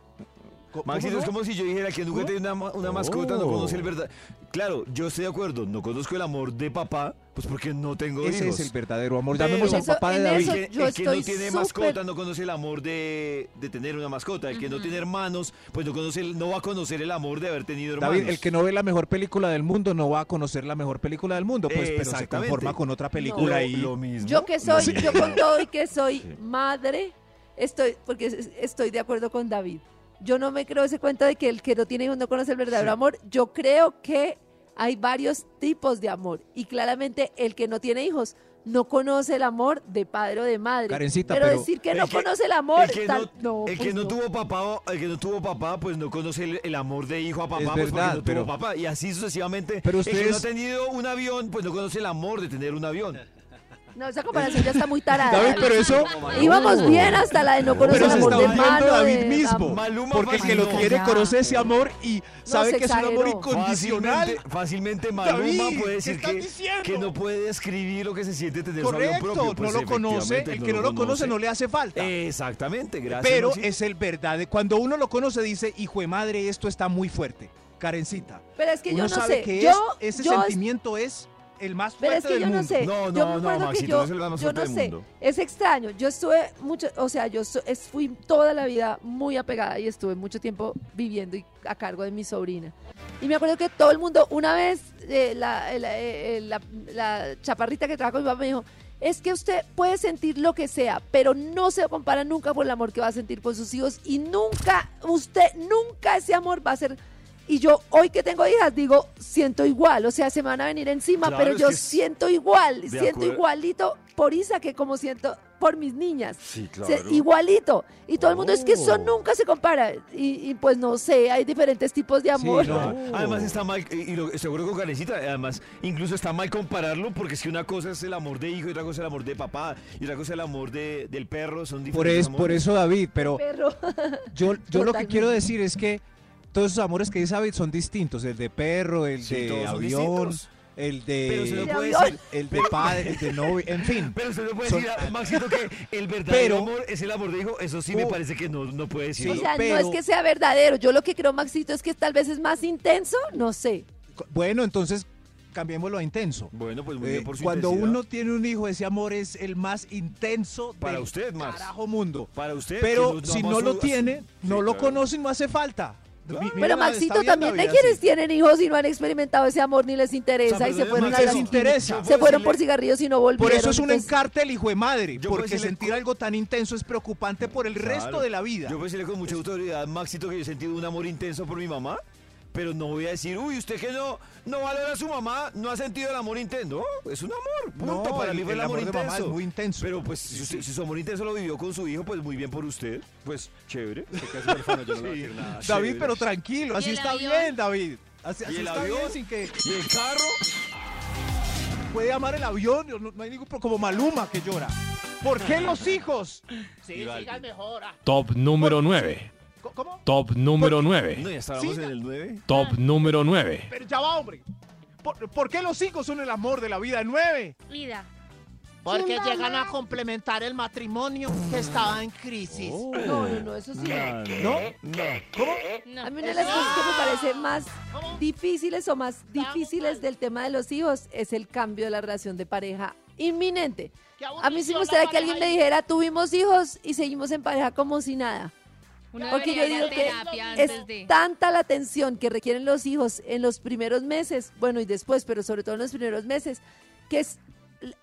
Speaker 1: Co-
Speaker 2: Maxito,
Speaker 1: ¿cómo
Speaker 2: es
Speaker 1: no?
Speaker 2: como si yo dijera que nunca
Speaker 1: ¿Cómo?
Speaker 2: tiene una, ma- una mascota, no
Speaker 1: Oh.
Speaker 2: conoce el verdad. Claro, yo estoy de acuerdo, no conozco el amor de papá, pues porque no tengo
Speaker 1: Ese
Speaker 2: hijos.
Speaker 1: es el verdadero amor.
Speaker 2: Pero-
Speaker 1: Llamemos al
Speaker 3: Eso-
Speaker 1: papá de
Speaker 3: en
Speaker 1: David.
Speaker 3: eso-
Speaker 2: el que,
Speaker 3: yo
Speaker 2: el que no
Speaker 3: estoy
Speaker 2: tiene
Speaker 3: súper-
Speaker 2: mascota no conoce el amor de, de tener una mascota. El que no tiene hermanos, pues no conoce, el- no va a conocer el amor de haber tenido hermanos.
Speaker 1: David, el que no ve la mejor película del mundo no va a conocer la mejor película del mundo, pues, pero se
Speaker 2: Exactamente.
Speaker 1: conforma con otra película
Speaker 2: Lo-
Speaker 1: y
Speaker 2: lo mismo.
Speaker 3: Yo que soy,
Speaker 2: No.
Speaker 3: yo con todo y que soy madre, estoy, porque es- estoy de acuerdo con David. Yo no me creo ese cuento de que el que no tiene hijos no conoce el verdadero amor. Yo creo que hay varios tipos de amor y claramente el que no tiene hijos no conoce el amor de padre o de madre.
Speaker 1: Karencita,
Speaker 3: pero,
Speaker 1: pero
Speaker 3: decir que
Speaker 2: el
Speaker 3: no
Speaker 2: que-
Speaker 3: conoce el amor,
Speaker 2: el que
Speaker 3: tal-
Speaker 2: no,
Speaker 3: no,
Speaker 2: el que
Speaker 3: pues
Speaker 2: no
Speaker 3: no.
Speaker 2: tuvo papá, o- el que no tuvo papá, pues no conoce el, el amor de hijo a papá,
Speaker 1: Es
Speaker 2: pues porque
Speaker 1: verdad,
Speaker 2: no
Speaker 1: pero-
Speaker 2: tuvo papá. Y así sucesivamente.
Speaker 1: Pero
Speaker 2: El que no ha
Speaker 1: ustedes-
Speaker 2: tenido un avión, pues no conoce el amor de tener un avión.
Speaker 3: No, esa comparación ya está muy tarada.
Speaker 1: David, pero eso-
Speaker 3: Íbamos bien hasta la de no conocer
Speaker 1: Pero
Speaker 3: el
Speaker 1: se
Speaker 3: amor
Speaker 1: está
Speaker 3: de
Speaker 1: hundiendo
Speaker 3: mano.
Speaker 1: David
Speaker 3: de-
Speaker 1: mismo.
Speaker 2: Maluma
Speaker 1: Porque el que lo
Speaker 2: fascinó.
Speaker 1: quiere conoce ese amor y sabe
Speaker 3: se
Speaker 1: que es un amor
Speaker 3: exageró.
Speaker 1: incondicional.
Speaker 2: Fácilmente, fácilmente Maluma
Speaker 1: David,
Speaker 2: puede
Speaker 1: ¿qué
Speaker 2: decir
Speaker 1: estás
Speaker 2: que,
Speaker 1: diciendo?
Speaker 2: que no puede describir lo que se siente tener su avión propio.
Speaker 1: Correcto, no
Speaker 2: Pues
Speaker 1: lo conoce.
Speaker 2: efectivamente,
Speaker 1: El que no lo conoce no le hace falta.
Speaker 2: Exactamente, gracias.
Speaker 1: Pero
Speaker 2: Maxi.
Speaker 1: es el verdad. Cuando uno lo conoce, dice, hijo de madre, esto está muy fuerte. Karencita.
Speaker 3: Pero es que
Speaker 1: uno
Speaker 3: yo no
Speaker 1: sabe
Speaker 3: sé.
Speaker 1: que
Speaker 3: yo,
Speaker 1: es- ese
Speaker 3: yo-
Speaker 1: sentimiento es el más
Speaker 3: Pero
Speaker 1: fuerte
Speaker 3: es que
Speaker 1: del
Speaker 3: yo no
Speaker 1: mundo.
Speaker 3: sé.
Speaker 2: No, no,
Speaker 3: yo me
Speaker 2: no,
Speaker 3: acuerdo que
Speaker 2: Maxito,
Speaker 3: yo,
Speaker 2: no es el más
Speaker 3: yo
Speaker 2: fuerte
Speaker 3: no
Speaker 2: del
Speaker 3: sé.
Speaker 2: mundo.
Speaker 3: Es extraño. Yo estuve mucho, o sea, yo so- es- fui toda la vida muy apegada y estuve mucho tiempo viviendo y a cargo de mi sobrina. Y me acuerdo que todo el mundo, una vez eh, la, eh, la- eh, eh, la- la chaparrita que trabaja con mi papá me dijo, es que usted puede sentir lo que sea, pero no se compara nunca por el amor que va a sentir con sus hijos y nunca, usted nunca ese amor va a ser... Y yo hoy que tengo hijas digo, siento igual, o sea, se me van a venir encima,
Speaker 2: Claro,
Speaker 3: pero
Speaker 2: es
Speaker 3: yo
Speaker 2: que es-
Speaker 3: siento igual,
Speaker 2: De
Speaker 3: siento
Speaker 2: acuerdo.
Speaker 3: igualito por Isa que como siento por mis niñas.
Speaker 2: Sí,
Speaker 3: Se-
Speaker 2: claro.
Speaker 3: igualito. Y todo el mundo es que eso
Speaker 2: Oh.
Speaker 3: nunca se compara. Y, y pues no sé, hay diferentes tipos de amor.
Speaker 1: Sí, no.
Speaker 2: Además está mal, y y lo, seguro con Karencita, además incluso está mal compararlo porque es que una cosa es el amor de hijo y otra cosa es el amor de papá y otra cosa es el amor de, del perro, son
Speaker 1: Por,
Speaker 2: diferentes
Speaker 1: es, por
Speaker 2: amores.
Speaker 1: eso, David, pero
Speaker 3: Perro.
Speaker 1: yo, yo lo que
Speaker 3: Totalmente.
Speaker 1: quiero decir es que todos esos amores que dice David son distintos. El de perro, el
Speaker 2: Sí, todos
Speaker 1: de
Speaker 2: son
Speaker 1: avión,
Speaker 2: distintos.
Speaker 1: el
Speaker 2: Pero se lo
Speaker 3: El de
Speaker 1: de...
Speaker 2: puede
Speaker 3: avión.
Speaker 2: decir...
Speaker 1: El de padre, el de novio, en fin.
Speaker 2: Pero usted no puede
Speaker 1: Son-
Speaker 2: decir, ah, Maxito, que el verdadero
Speaker 1: Pero-
Speaker 2: amor es el amor de hijo. Eso sí me
Speaker 1: Uh.
Speaker 2: parece que no, no puede decir.
Speaker 3: o
Speaker 1: Sí,
Speaker 3: sea,
Speaker 1: pero-
Speaker 3: no es que sea verdadero. Yo lo que creo, Maxito, es que tal vez es más intenso, no sé.
Speaker 1: Bueno, entonces cambiémoslo a intenso.
Speaker 2: Bueno, pues muy bien
Speaker 1: Eh,
Speaker 2: por su
Speaker 1: cuando
Speaker 2: intensidad.
Speaker 1: uno tiene un hijo, ese amor es el más intenso
Speaker 2: Para
Speaker 1: del
Speaker 2: usted, Max.
Speaker 1: carajo mundo.
Speaker 2: Para usted...
Speaker 1: Pero
Speaker 2: que no-
Speaker 1: si
Speaker 2: ama
Speaker 1: no
Speaker 2: a su-
Speaker 1: lo
Speaker 2: a su-
Speaker 1: tiene, no
Speaker 2: Sí,
Speaker 1: lo
Speaker 2: claro.
Speaker 1: conoce y no hace falta. Mi- mira,
Speaker 3: Pero
Speaker 1: está
Speaker 3: Maxito,
Speaker 1: bien la
Speaker 3: también hay
Speaker 1: vida
Speaker 3: quienes
Speaker 1: así.
Speaker 3: tienen hijos y no han experimentado ese amor ni les interesa
Speaker 2: O sea,
Speaker 3: y
Speaker 2: pero
Speaker 3: se
Speaker 2: no
Speaker 3: fueron
Speaker 2: les
Speaker 3: a las
Speaker 1: interesa.
Speaker 3: Se fueron por cigarrillos y no volvieron.
Speaker 1: Por eso es un
Speaker 3: entonces-
Speaker 1: encarte el hijo de madre,
Speaker 2: Yo puedo
Speaker 1: porque
Speaker 2: decirle-
Speaker 1: sentir algo tan intenso es preocupante por el
Speaker 2: Claro.
Speaker 1: resto de la vida.
Speaker 2: Yo puedo decirle con mucha autoridad, Maxito, que yo he sentido un amor intenso por mi mamá, pero no voy a decir, uy, usted que no, no valora a su mamá, no ha sentido el amor intenso. No, es un amor, punto.
Speaker 1: No,
Speaker 2: para
Speaker 1: el-
Speaker 2: mí fue el,
Speaker 1: el
Speaker 2: amor,
Speaker 1: amor de
Speaker 2: intenso.
Speaker 1: mamá es muy intenso.
Speaker 2: Pero pues, si, usted- si su amor intenso lo vivió con su hijo, pues muy bien por usted. Pues chévere.
Speaker 5: yo no voy a
Speaker 2: Sí.
Speaker 5: decir nada.
Speaker 1: David,
Speaker 2: chévere.
Speaker 1: pero tranquilo, así
Speaker 4: el
Speaker 1: está
Speaker 4: avión?
Speaker 1: bien, David. Así,
Speaker 2: ¿Y
Speaker 1: así
Speaker 2: el
Speaker 1: está
Speaker 2: avión?
Speaker 1: bien sin que
Speaker 2: ¿Y el carro?
Speaker 1: puede amar el avión, no, no hay ningún pro- como Maluma que llora. ¿Por qué los hijos?
Speaker 9: Sí, sigan mejor. ah.
Speaker 12: Top número 9.
Speaker 1: Co- ¿Cómo?
Speaker 12: Top número
Speaker 2: No,
Speaker 12: 9.
Speaker 2: ya estábamos
Speaker 1: Sí,
Speaker 2: en el 9.
Speaker 12: Top número 9.
Speaker 1: Pero ya va, hombre. ¿Por, por qué los hijos son el amor de la vida? Nueve.
Speaker 11: Vida.
Speaker 9: Porque
Speaker 11: Chimba,
Speaker 9: llegan a
Speaker 11: ma.
Speaker 9: complementar el matrimonio que estaba en crisis.
Speaker 4: Oh.
Speaker 3: No, no, no, eso sí.
Speaker 1: ¿No?
Speaker 11: No.
Speaker 3: A mí una de las cosas que me parece más difíciles o más difíciles del tema de los hijos es el cambio de la relación de pareja inminente. A mí sí me gustaría que alguien me dijera, tuvimos hijos y seguimos en pareja como si nada.
Speaker 4: Uno
Speaker 3: Porque yo
Speaker 4: debería ir a
Speaker 3: digo que
Speaker 4: terapia antes de-
Speaker 3: es tanta la atención que requieren los hijos en los primeros meses, bueno y después, pero sobre todo en los primeros meses, que es,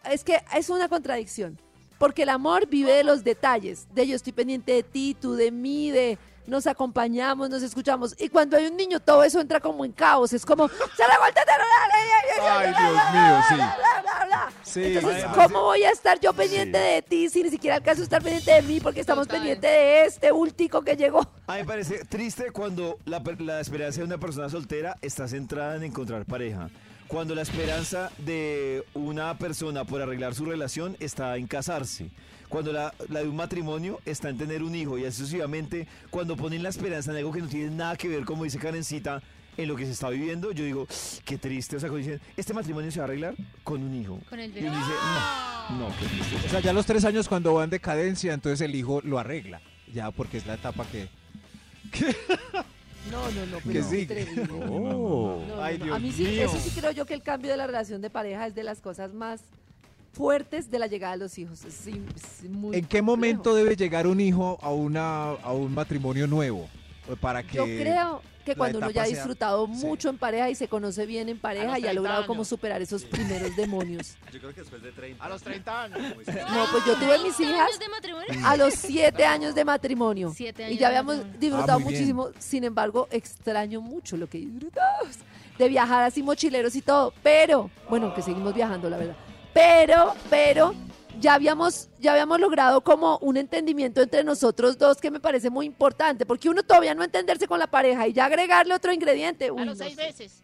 Speaker 3: es que es una contradicción. Porque el amor vive de los detalles, de yo estoy pendiente de ti, tú de mí, de nos acompañamos, nos escuchamos. Y cuando hay un niño, todo eso entra como en caos. Es como, se la vuelta
Speaker 1: Ay, Dios mío, sí. Sí,
Speaker 3: Entonces,
Speaker 1: además-
Speaker 3: ¿cómo voy a estar yo pendiente de ti si ni siquiera alcanzo a estar pendiente de mí porque estamos
Speaker 4: Total.
Speaker 3: pendientes de este último que llegó?
Speaker 2: A mí me parece triste cuando la, per- la esperanza de una persona soltera está centrada en encontrar pareja. Cuando la esperanza de una persona por arreglar su relación está en casarse. Cuando la, la de un matrimonio está en tener un hijo. Y así sucesivamente, cuando ponen la esperanza en algo que no tiene nada que ver, como dice Karencita, en lo que se está viviendo, yo digo, qué triste. O sea, cuando dicen, este matrimonio se va a arreglar con un hijo.
Speaker 4: Con el
Speaker 2: Y uno
Speaker 4: bebé.
Speaker 2: dice,
Speaker 5: Ah.
Speaker 2: no, no, qué triste.
Speaker 1: O sea, ya a los tres años cuando van de cadencia, entonces el hijo lo arregla. Ya, porque es la etapa que...
Speaker 3: No, no, pues. no,
Speaker 1: Que
Speaker 3: pero
Speaker 1: sí.
Speaker 3: sí. terrible. No, no, no.
Speaker 1: Ay, Dios
Speaker 3: A mí sí,
Speaker 1: mío.
Speaker 3: eso sí creo yo que el cambio de la relación de pareja es de las cosas más fuertes de la llegada de los hijos. Es im- es muy
Speaker 1: ¿En qué
Speaker 3: complejo.
Speaker 1: momento debe llegar un hijo a, una, a un matrimonio nuevo? O para que
Speaker 3: Yo creo que
Speaker 1: la
Speaker 3: cuando uno ya ha
Speaker 1: etapa sea-
Speaker 3: disfrutado
Speaker 1: sí.
Speaker 3: mucho en pareja y se conoce bien en pareja
Speaker 9: los
Speaker 3: y ha
Speaker 9: 30
Speaker 3: logrado
Speaker 9: años.
Speaker 3: como superar esos primeros demonios.
Speaker 5: Yo creo que después de 30.
Speaker 9: A los 30 años. como dice.
Speaker 3: No, pues yo tuve mis hijas
Speaker 13: años de matrimonio?
Speaker 3: a los siete años de matrimonio.
Speaker 13: Siete
Speaker 3: y ya
Speaker 13: años de
Speaker 3: habíamos
Speaker 13: matrimonio.
Speaker 3: disfrutado
Speaker 1: Ah, muy bien.
Speaker 3: muchísimo. Sin embargo, extraño mucho lo que disfrutamos de viajar así mochileros y todo. Pero, bueno, que seguimos viajando, la verdad. Pero, pero, ya habíamos, ya habíamos logrado como un entendimiento entre nosotros dos que me parece muy importante. Porque uno todavía no entenderse con la pareja y ya agregarle otro ingrediente. uy,
Speaker 13: a los
Speaker 3: no
Speaker 13: seis
Speaker 3: sé.
Speaker 13: veces.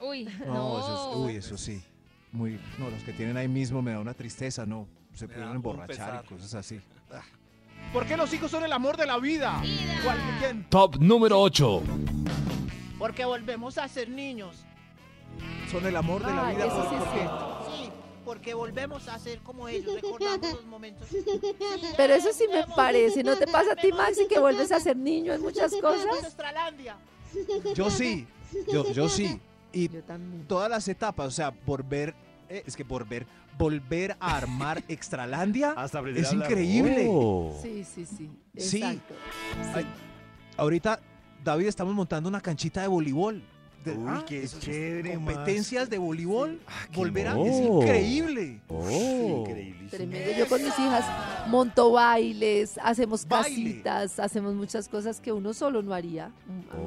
Speaker 13: Uy,
Speaker 2: Ah.
Speaker 1: No,
Speaker 13: no.
Speaker 1: eso es- uy, eso sí. Muy, no, los que tienen ahí mismo me da una tristeza, no. Se pueden emborrachar
Speaker 9: pesar.
Speaker 1: y cosas así. Ah,
Speaker 9: ¿Por qué los hijos son el amor de la vida? ¿Cuál- quién?
Speaker 12: Top número 8.
Speaker 9: Porque volvemos a ser niños.
Speaker 1: Son el amor de la
Speaker 3: Ay,
Speaker 1: vida.
Speaker 3: Ah, eso
Speaker 1: ¿por-
Speaker 3: sí es
Speaker 1: por qué?
Speaker 3: cierto.
Speaker 9: Sí, porque volvemos a ser como ellos, recordamos los momentos.
Speaker 3: Pero eso sí me parece. ¿No te pasa a ti, Maxi, que vuelves a ser niño en muchas cosas?
Speaker 9: Australandia.
Speaker 1: Yo sí, yo, yo sí. Y
Speaker 3: Yo también.
Speaker 1: todas las etapas, o sea, volver, eh, es que volver, volver a armar Extralandia
Speaker 2: Hasta aprender a
Speaker 1: es
Speaker 2: hablar.
Speaker 1: increíble.
Speaker 2: Oh.
Speaker 3: Sí, sí, sí.
Speaker 1: Sí.
Speaker 3: Exacto.
Speaker 1: Ay, ahorita, David, estamos montando una canchita de voleibol. De-
Speaker 2: Uy,
Speaker 1: ah,
Speaker 2: qué
Speaker 1: eso es
Speaker 2: chévere,
Speaker 1: Competencias de voleibol.
Speaker 2: Ah, qué
Speaker 1: volver a, es
Speaker 2: no.
Speaker 1: increíble.
Speaker 2: Oh.
Speaker 3: Tremendo. Yo con mis hijas monto bailes, hacemos
Speaker 1: Baile.
Speaker 3: casitas, hacemos muchas cosas que uno solo no haría.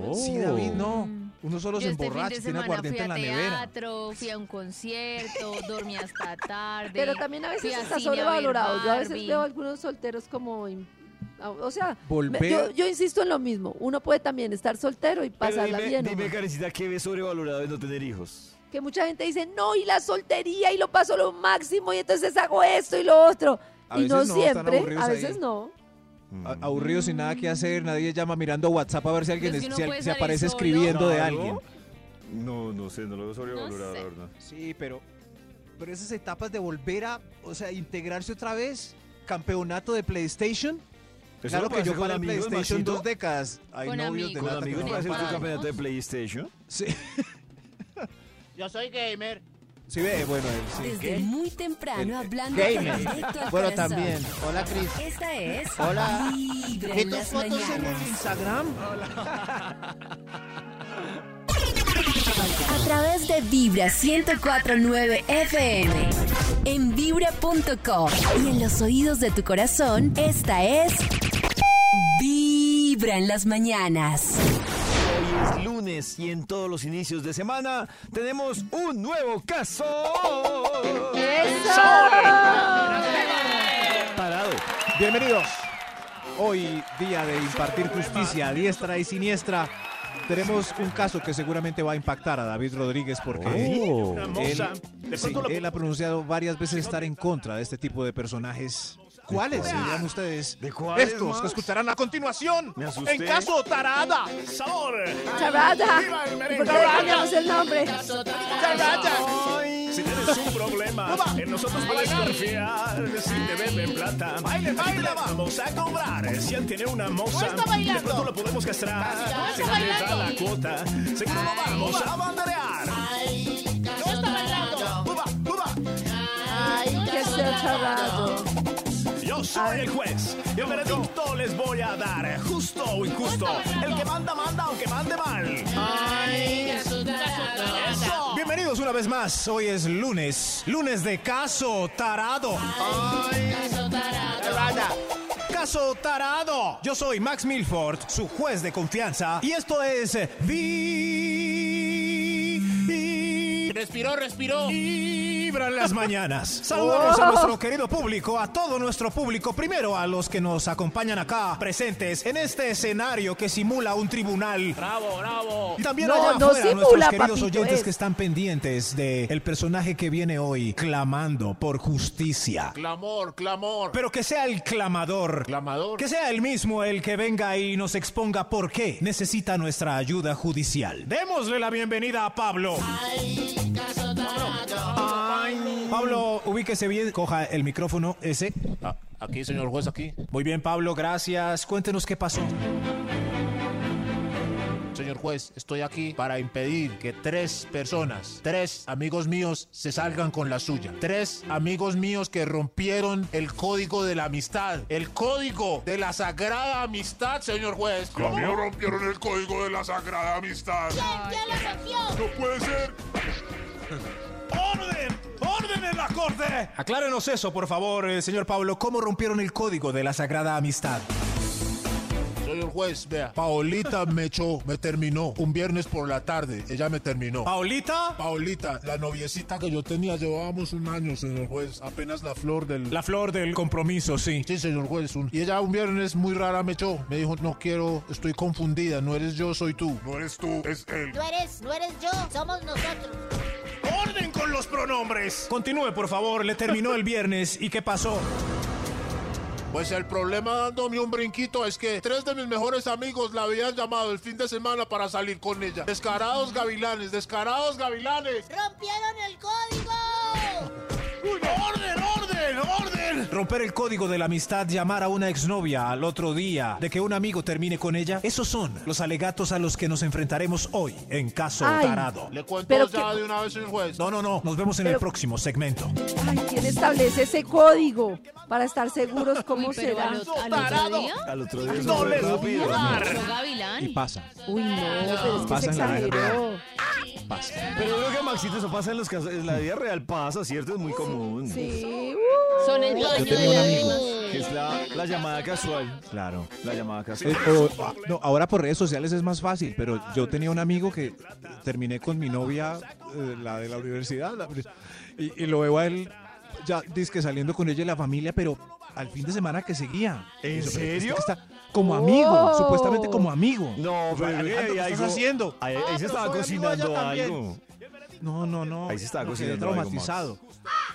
Speaker 2: Oh.
Speaker 1: Sí, David, no. Uno solo
Speaker 13: Yo
Speaker 1: se
Speaker 13: este fin
Speaker 1: emborracha,
Speaker 13: de
Speaker 1: tiene
Speaker 13: semana fui
Speaker 1: aguardiente en
Speaker 13: a
Speaker 1: la nevera.
Speaker 13: teatro, fui a un concierto, dormí hasta tarde.
Speaker 3: Pero también a veces
Speaker 13: fui a
Speaker 3: está
Speaker 13: cine a ver
Speaker 3: sobrevalorado. Yo a veces
Speaker 13: Barbie.
Speaker 3: veo a algunos solteros como... in- a- O sea, me-
Speaker 1: Volver.
Speaker 3: yo, yo insisto en lo mismo. Uno puede también estar soltero y
Speaker 2: Pero
Speaker 3: pasarla
Speaker 2: dime,
Speaker 3: bien.
Speaker 2: dime
Speaker 3: ¿no?
Speaker 2: Karencita, ¿qué ves sobrevalorado en no tener hijos?
Speaker 3: Que mucha gente dice, no, y la soltería, y lo paso lo máximo, y entonces hago esto y lo otro.
Speaker 1: A
Speaker 3: y no
Speaker 1: veces no, están
Speaker 3: siempre,
Speaker 1: aburridos
Speaker 3: a
Speaker 1: ahí.
Speaker 3: veces no.
Speaker 1: A- Aburrido sin nada que hacer, nadie llama mirando WhatsApp a ver si alguien
Speaker 13: Mm. Pero es que
Speaker 1: es-
Speaker 13: uno
Speaker 1: si al-
Speaker 13: puede
Speaker 1: se
Speaker 13: salir
Speaker 1: aparece
Speaker 13: solo.
Speaker 1: escribiendo de
Speaker 2: Claro.
Speaker 1: alguien.
Speaker 2: No, no sé, no lo veo sobrevalorado,
Speaker 13: No sé.
Speaker 2: la verdad.
Speaker 1: Sí, pero, pero esas etapas de volver a, o sea, integrarse otra vez, campeonato de PlayStation.
Speaker 2: ¿Eso
Speaker 1: claro
Speaker 2: lo
Speaker 1: que
Speaker 2: puede
Speaker 1: yo
Speaker 2: hacer con
Speaker 1: para
Speaker 2: amigos,
Speaker 1: PlayStation
Speaker 2: Maxito?
Speaker 1: dos décadas. Hay
Speaker 13: Con
Speaker 1: novios de
Speaker 13: amigos,
Speaker 2: ¿Con
Speaker 1: nada
Speaker 13: Nata,
Speaker 2: amigos
Speaker 13: que
Speaker 1: no
Speaker 2: puede hacer tu
Speaker 13: para-
Speaker 2: campeonato de PlayStation?
Speaker 1: Sí,
Speaker 9: Yo soy gamer.
Speaker 1: sí ve, bueno, él sí.
Speaker 6: Desde muy temprano hablando
Speaker 9: Gamer.
Speaker 6: directo al
Speaker 9: Bueno,
Speaker 6: corazón.
Speaker 9: también. Hola, Cris.
Speaker 6: Esta es
Speaker 9: Hola.
Speaker 6: Vibra
Speaker 9: ¿Qué
Speaker 6: en
Speaker 9: tus
Speaker 6: las
Speaker 9: fotos en el
Speaker 6: mañanas.
Speaker 9: Instagram?
Speaker 6: A través de Vibra 104.9 FM. En vibra.com y en los oídos de tu corazón, esta es Vibra en las mañanas.
Speaker 2: Hoy es lunes y en todos los inicios de semana tenemos un nuevo caso. Parado.
Speaker 1: Bienvenidos. Hoy, día de impartir justicia a diestra y siniestra, tenemos un caso que seguramente va a impactar a David Rodríguez porque
Speaker 2: Oh.
Speaker 1: él, sí, él ha pronunciado varias veces estar en contra de este tipo de personajes. ¿Cuáles dirán ustedes?
Speaker 2: ¿De cuáles,
Speaker 1: Estos que
Speaker 2: Max?
Speaker 1: escucharán a continuación.
Speaker 2: Me asusté.
Speaker 9: En caso tarada. Sabor.
Speaker 3: Charada. ¿Y ¿Por qué le cambiamos el nombre?
Speaker 9: Tarada.
Speaker 10: Si tienes un problema, en nosotros puedes confiar. Si te beben plata,
Speaker 9: Baile, baile, va.
Speaker 10: vamos a cobrar. Eh, Si él tiene una
Speaker 9: No
Speaker 10: moza,
Speaker 9: está
Speaker 10: de
Speaker 9: bailando.
Speaker 10: pronto lo podemos castrar.
Speaker 9: No está
Speaker 10: Si no le da la
Speaker 13: bailando.
Speaker 10: cuota, seguro lo vamos a banderear.
Speaker 9: No está bailando. Uba, uba.
Speaker 3: Que sea charrado.
Speaker 10: Yo soy el juez y el veredicto les voy a dar, eh, justo o injusto. El que manda, manda, aunque mande mal.
Speaker 1: Bienvenidos una vez más. Hoy es lunes, lunes de caso tarado.
Speaker 9: Tarada.
Speaker 1: Caso tarado. Yo soy Max Milford, su juez de confianza, y esto es eh, Vi
Speaker 9: Respiró, respiró.
Speaker 1: Vibran las mañanas. Saludamos a nuestro querido público, a todo nuestro público. Primero a los que nos acompañan acá, presentes en este escenario que simula un tribunal.
Speaker 9: Bravo, bravo.
Speaker 1: Y También
Speaker 3: No,
Speaker 1: allá
Speaker 3: no
Speaker 1: afuera,
Speaker 3: simula,
Speaker 1: nuestros queridos
Speaker 3: papito,
Speaker 1: oyentes
Speaker 3: es.
Speaker 1: que están pendientes del personaje que viene hoy clamando por justicia.
Speaker 9: ¡Oh! Clamor, clamor.
Speaker 1: Pero que sea el clamador.
Speaker 9: Clamador.
Speaker 1: Que sea el mismo el que venga y nos exponga por qué necesita nuestra ayuda judicial. Démosle la bienvenida a Pablo. Ay. Pablo, ubíquese bien, coja el micrófono ese.
Speaker 9: Ah, aquí, señor juez, aquí.
Speaker 1: Muy bien, Pablo, gracias. Cuéntenos qué pasó.
Speaker 9: Señor juez, estoy aquí para impedir que tres personas, tres amigos míos, se salgan con la suya. Tres amigos míos que rompieron el código de la amistad. El código de la sagrada amistad, señor juez.
Speaker 10: ¿Cómo rompieron el código de la sagrada amistad?
Speaker 11: ¿Quién lo rompió?
Speaker 10: ¡No puede ser!
Speaker 9: ¡Orden! ¡Orden en la corte! Aclárenos eso, por favor, eh, señor Pablo. ¿Cómo rompieron el código de la sagrada amistad?
Speaker 10: Señor juez, vea.
Speaker 9: Paolita me echó, me terminó. Un viernes por la tarde, ella me terminó. ¿Paolita? Paolita, la noviecita que yo tenía, llevábamos un año, señor juez. pues, Apenas la flor del. La flor del compromiso, sí. Sí, señor juez. un- Y ella un viernes muy rara me echó. Me dijo, no quiero, estoy confundida. No eres yo, soy tú.
Speaker 10: No eres tú, es él.
Speaker 11: No eres, no eres yo, somos nosotros.
Speaker 9: ¡Orden con los pronombres! Continúe, por favor. Le terminó el viernes. ¿Y qué pasó?
Speaker 10: Pues el problema dándome un brinquito es que tres de mis mejores amigos la habían llamado el fin de semana para salir con ella. Descarados gavilanes, descarados gavilanes.
Speaker 11: ¡Rompieron el código!
Speaker 9: ¡Orden, orden, orden! Romper el código de la amistad, llamar a una exnovia al otro día, de que un amigo termine con ella, esos son los alegatos a los que nos enfrentaremos hoy en caso
Speaker 3: Ay.
Speaker 9: tarado.
Speaker 10: Le cuento
Speaker 3: Pero
Speaker 10: ya
Speaker 3: que-
Speaker 10: de una vez, señor juez.
Speaker 9: No, no, no, nos vemos en el
Speaker 3: Pero-
Speaker 9: próximo segmento.
Speaker 3: Ay, ¿Quién establece ese código para estar seguros cómo
Speaker 13: Uy, pero
Speaker 3: será?
Speaker 13: al, ot- al otro día.
Speaker 2: Al otro día.
Speaker 9: No les
Speaker 13: Yo Gavilán.
Speaker 1: Y pasa,
Speaker 3: Uy, no, pero es que se
Speaker 1: Pasa en la vida
Speaker 3: exageró.
Speaker 1: pasa.
Speaker 2: Pero creo que Maxito, eso pasa en, los casos, en la vida real, pasa, ¿cierto? Es muy común.
Speaker 3: Sí, uh.
Speaker 13: Son el
Speaker 1: Yo
Speaker 13: dueño
Speaker 1: tenía
Speaker 13: de
Speaker 1: un
Speaker 13: la
Speaker 1: amigo.
Speaker 2: Que es la, la llamada casual. Claro, la llamada
Speaker 1: Eh,
Speaker 2: casual.
Speaker 1: o- o- no, ahora por redes sociales es más fácil, pero yo tenía un amigo que terminé con mi novia, eh, la de la universidad, la- y, y lo veo a él ya dizque saliendo con ella y la familia, pero al fin de semana que seguía.
Speaker 2: ¿En
Speaker 1: Y yo, pero este
Speaker 2: serio?
Speaker 1: que está como amigo,
Speaker 3: Oh.
Speaker 1: supuestamente como amigo.
Speaker 2: No, pero creo que
Speaker 1: Alejandro,
Speaker 2: ahí
Speaker 1: ¿qué
Speaker 2: hay
Speaker 1: estás
Speaker 2: algo-
Speaker 1: haciendo?
Speaker 2: Ahí, ahí se
Speaker 1: pero
Speaker 2: estaba
Speaker 1: Ah, soy amigo de ella
Speaker 2: cocinando
Speaker 1: también.
Speaker 2: algo.
Speaker 1: No, no, no.
Speaker 2: Ahí se estaba
Speaker 1: Quedé
Speaker 2: cocinando algo, Max.
Speaker 1: traumatizado.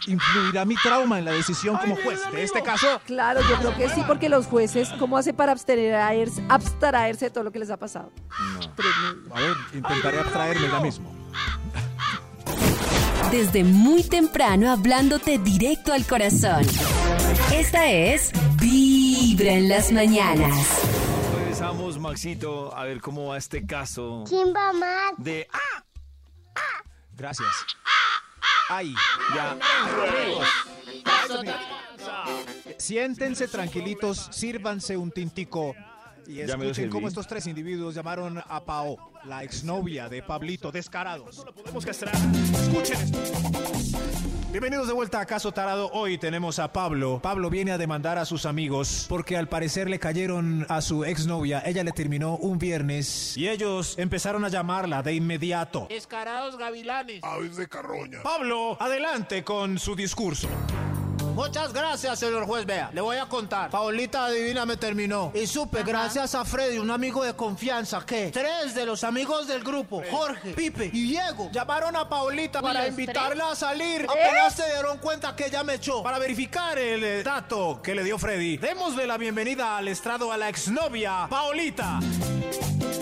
Speaker 1: Influirá mi trauma en la decisión como juez de este caso.
Speaker 3: Claro, yo creo que sí, porque los jueces, ¿cómo hace para abstenerse, abstraerse de todo lo que les ha pasado? Tremendo.
Speaker 1: A ver, intentaré abstraerme ya mismo.
Speaker 6: Desde muy temprano hablándote directo al corazón. Esta es Vibra en las mañanas.
Speaker 2: Regresamos, Maxito, a ver cómo va este caso
Speaker 11: ¡Chimba más!
Speaker 2: de... ¡Ah!
Speaker 1: Gracias. Ay.
Speaker 2: Ya.
Speaker 1: Siéntense tranquilitos, sírvanse un tintico y
Speaker 2: Ya me lo
Speaker 1: escuchen
Speaker 2: serví.
Speaker 1: cómo estos tres individuos llamaron a Pao, la exnovia de Pablito, descarados. Bienvenidos de vuelta a Caso Tarado. Hoy tenemos a Pablo. Pablo viene a demandar a sus amigos porque al parecer le cayeron a su exnovia. Ella le terminó un viernes y ellos empezaron a llamarla de inmediato.
Speaker 10: Descarados gavilanes. Aves de carroña.
Speaker 1: Pablo, adelante con su discurso.
Speaker 9: Muchas gracias, señor juez. Vea, le voy a contar. Paulita Divina me terminó. Y supe, gracias a Freddy, un amigo de confianza, que tres de los amigos del grupo, Jorge, Pipe y Diego, llamaron a Paulita para
Speaker 13: los
Speaker 9: invitarla a salir.
Speaker 4: ¿Eh?
Speaker 14: ¿Eh?
Speaker 9: Apenas se dieron cuenta que ella me echó. Para verificar el eh, dato que le dio Freddy, démosle la bienvenida al estrado a la exnovia, Paulita.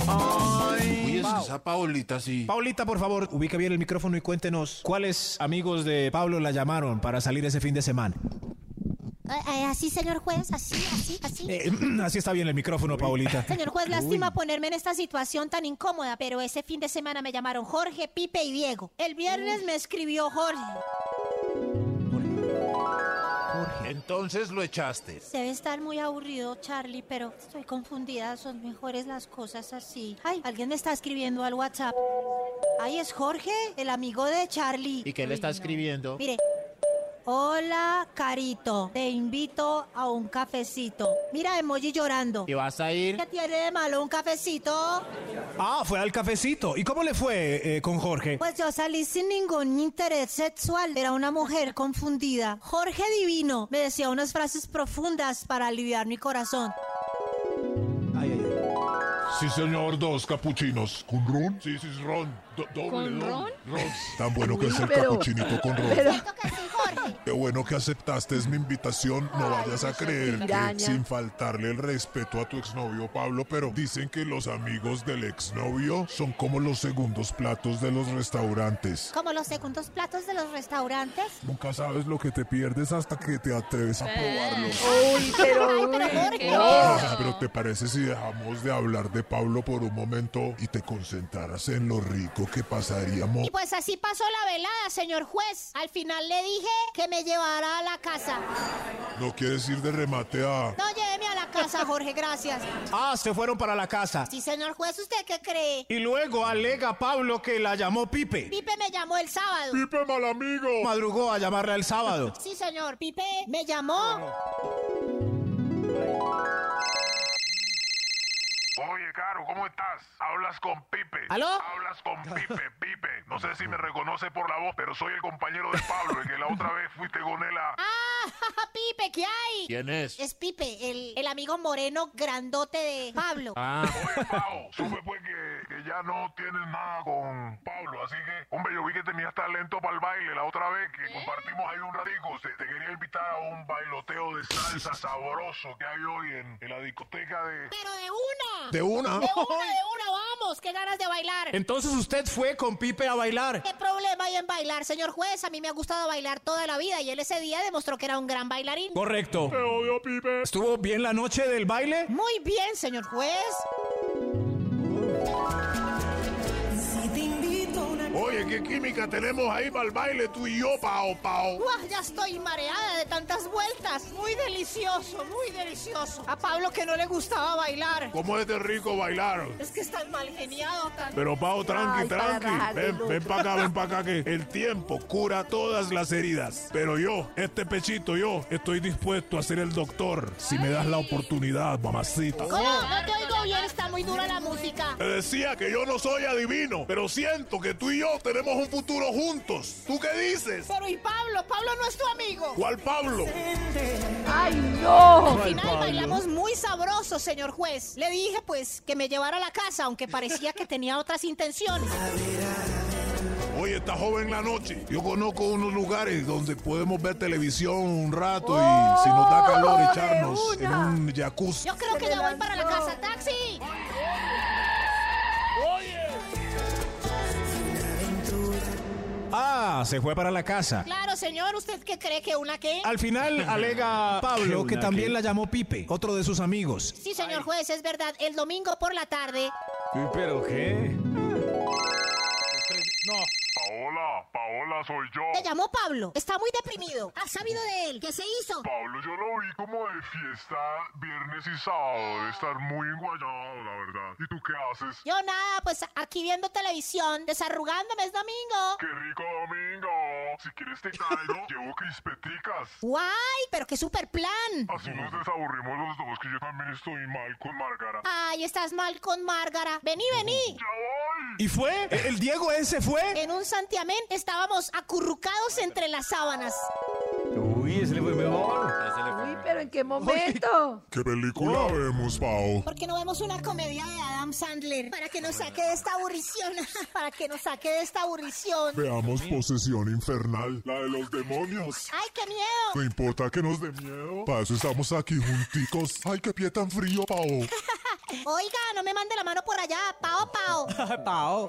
Speaker 10: Uy, es esa Paolita, sí.
Speaker 1: Paulita, por favor, ubica bien el micrófono y cuéntenos cuáles amigos de Pablo la llamaron para salir ese fin de semana.
Speaker 11: Ay, ay, Eh, así, señor juez, así, así, así.
Speaker 1: Eh, así está bien el micrófono, Paulita.
Speaker 11: Señor juez, lástima ponerme en esta situación tan incómoda, pero ese fin de semana me llamaron Jorge, Pipe y Diego. El viernes me escribió Jorge.
Speaker 10: Entonces lo echaste.
Speaker 11: Debe estar muy aburrido, Charlie, pero estoy confundida. Son mejores las cosas así. Ay, alguien me está escribiendo al WhatsApp. Ay, es Jorge, el amigo de Charlie.
Speaker 10: qué le está escribiendo?
Speaker 11: Mire. Hola, Carito. Te invito a un cafecito. Mira, emoji llorando.
Speaker 10: vas a ir?
Speaker 11: ¿Qué tiene de malo un cafecito?
Speaker 1: Ah, fue al cafecito. ¿Y cómo le fue eh, con Jorge?
Speaker 11: Pues yo salí sin ningún interés sexual. Era una mujer confundida. Jorge Divino me decía unas frases profundas para aliviar mi corazón.
Speaker 1: Ay, ay, ay.
Speaker 10: Sí, señor, dos capuchinos. ¿Con ron? Sí, sí, es ron. Do- doble,
Speaker 13: ¿Con
Speaker 10: doble.
Speaker 13: ron?
Speaker 10: Ron. Tan bueno que es el
Speaker 3: Pero-
Speaker 10: capuchinito con ron.
Speaker 3: Pero,
Speaker 11: que sí, Jorge.
Speaker 10: Te bueno que aceptaste es mi invitación. No vayas a creer que,
Speaker 9: piraña.
Speaker 10: sin faltarle el respeto a tu exnovio Pablo, pero dicen que los amigos del exnovio son como los segundos platos de los restaurantes.
Speaker 11: Como los segundos platos de los restaurantes.
Speaker 10: Nunca sabes lo que te pierdes hasta que te atreves a probarlo.
Speaker 11: Uy, pero. Ay, pero Jorge.
Speaker 10: Ah, Pero ¿te parece si dejamos de hablar de Pablo por un momento y te concentraras en lo rico que pasaríamos?
Speaker 11: Y pues así pasó la velada, señor juez. Al final le dije que me llevara a la casa.
Speaker 10: ¿No quieres ir de remate a...?
Speaker 11: No, lléveme a la casa, Jorge, gracias.
Speaker 1: Ah, se fueron para la casa.
Speaker 11: Sí, señor juez, ¿usted qué cree?
Speaker 1: Y luego alega Pablo que la llamó Pipe.
Speaker 11: Pipe me llamó el sábado.
Speaker 10: Pipe, mal amigo.
Speaker 1: Madrugó a llamarla el sábado.
Speaker 11: Sí, señor. Pipe me llamó.
Speaker 15: Oye, Caro, ¿cómo estás? Hablas con Pipe.
Speaker 11: ¿Aló?
Speaker 15: Hablas con Pipe, Pipe. No sé si me reconoce por la voz, pero soy el compañero de Pablo, el que la otra vez fuiste con él a...
Speaker 11: ¡Ah, Pipe, qué hay!
Speaker 15: ¿Quién es?
Speaker 11: Es Pipe, el, el amigo moreno grandote de Pablo.
Speaker 15: Ah. Oye, Pao, supe pues que, que ya no tienes nada con Pablo, así que... Hombre, yo vi que tenías talento para el baile la otra vez, que compartimos ahí un ratico. Se- Te, quería invitar a un bailoteo de salsa sabroso que hay hoy en, en la discoteca de...
Speaker 11: ¡Pero de una!
Speaker 15: ¿De una?
Speaker 11: ¡De una, de una! ¡Vamos! ¡Qué ganas de bailar!
Speaker 1: Entonces usted fue con Pipe a bailar.
Speaker 11: ¿Qué problema hay en bailar, señor juez? A mí me ha gustado bailar toda la vida y él ese día demostró que era un gran bailarín.
Speaker 1: Correcto. ¿Estuvo bien la noche del baile?
Speaker 11: Muy bien, señor juez.
Speaker 15: Oye, qué química tenemos ahí para el baile tú y yo, Pao, Pao.
Speaker 11: ¡Guau! Ya estoy mareada de tantas vueltas. Muy delicioso, muy delicioso. A Pablo que no le gustaba bailar.
Speaker 15: ¿Cómo es de rico bailar?
Speaker 11: Es que es tan mal geniado, tan.
Speaker 15: Pero Pau, tranqui,
Speaker 11: Ay, para
Speaker 15: tranqui. Ven,
Speaker 11: rajártelo.
Speaker 15: ven para acá, ven para acá, que el tiempo cura todas las heridas. Pero yo, este pechito, yo estoy dispuesto a ser el doctor si me das la oportunidad, mamacita.
Speaker 11: ¿Cómo? No te oigo bien, está muy dura la música.
Speaker 15: Te decía que yo no soy adivino, pero siento que tú y yo tenemos un futuro juntos. ¿Tú qué dices?
Speaker 11: Pero ¿y Pablo? Pablo no es tu amigo.
Speaker 15: ¿Cuál Pablo?
Speaker 11: ¡Ay,
Speaker 15: no!
Speaker 11: Al
Speaker 15: Ay,
Speaker 11: final
Speaker 15: Pablo.
Speaker 11: bailamos muy sabroso, señor juez. Le dije, pues, que me llevara a la casa, aunque parecía que tenía otras intenciones.
Speaker 15: Oye, está joven la noche. Yo conozco unos lugares donde podemos ver televisión un rato
Speaker 11: ¡Oh,
Speaker 15: y si nos da calor
Speaker 11: de
Speaker 15: echarnos en
Speaker 11: una!
Speaker 15: un jacuzzi.
Speaker 11: Yo creo que ya voy para la casa. ¡Taxi!
Speaker 1: Ah, se fue para la casa.
Speaker 11: Claro, señor, ¿usted qué cree que una qué?
Speaker 1: Al final alega Pablo que
Speaker 11: una
Speaker 1: también la llamó Pipe, otro de sus amigos.
Speaker 11: Sí, señor juez, es verdad. El domingo por la tarde.
Speaker 1: ¿Pero qué?
Speaker 15: No. Paola, Paola soy yo.
Speaker 11: Te llamó Pablo. Está muy deprimido. ¿Has sabido de él? ¿Qué se hizo?
Speaker 15: Pablo, Pues yo lo vi como de fiesta viernes y sábado. Debe estar muy enguayado, la verdad. ¿Y tú qué haces?
Speaker 11: Yo nada, pues aquí viendo televisión, desarrugándome es domingo.
Speaker 15: ¡Qué rico domingo! Si quieres te caigo, llevo crispeticas.
Speaker 11: ¡Guay! Pero qué super plan.
Speaker 15: Así nos desaburrimos los dos, que yo también estoy mal con Márgara.
Speaker 11: Ay, estás mal con Márgara. Vení, vení.
Speaker 1: ¿Y fue? ¿El Diego ese fue?
Speaker 11: En un santiamén estábamos acurrucados entre las sábanas.
Speaker 16: Uy, ese le fue
Speaker 2: oh,
Speaker 16: mejor.
Speaker 4: Uy, pero ¿en qué momento?
Speaker 10: ¿Qué película vemos, Pao?
Speaker 11: ¿Por qué no vemos una comedia de Adam Sandler? Para que nos saque de esta aburrición. Para que nos saque de esta aburrición.
Speaker 10: Veamos Posesión Infernal, la de los demonios.
Speaker 11: ¡Ay, qué miedo!
Speaker 10: No importa que nos dé miedo. Para eso estamos aquí junticos. Ay, qué pie tan frío, Pao.
Speaker 11: Oiga, no me mande la mano por allá. Pao, pao. Pao.
Speaker 1: Pao.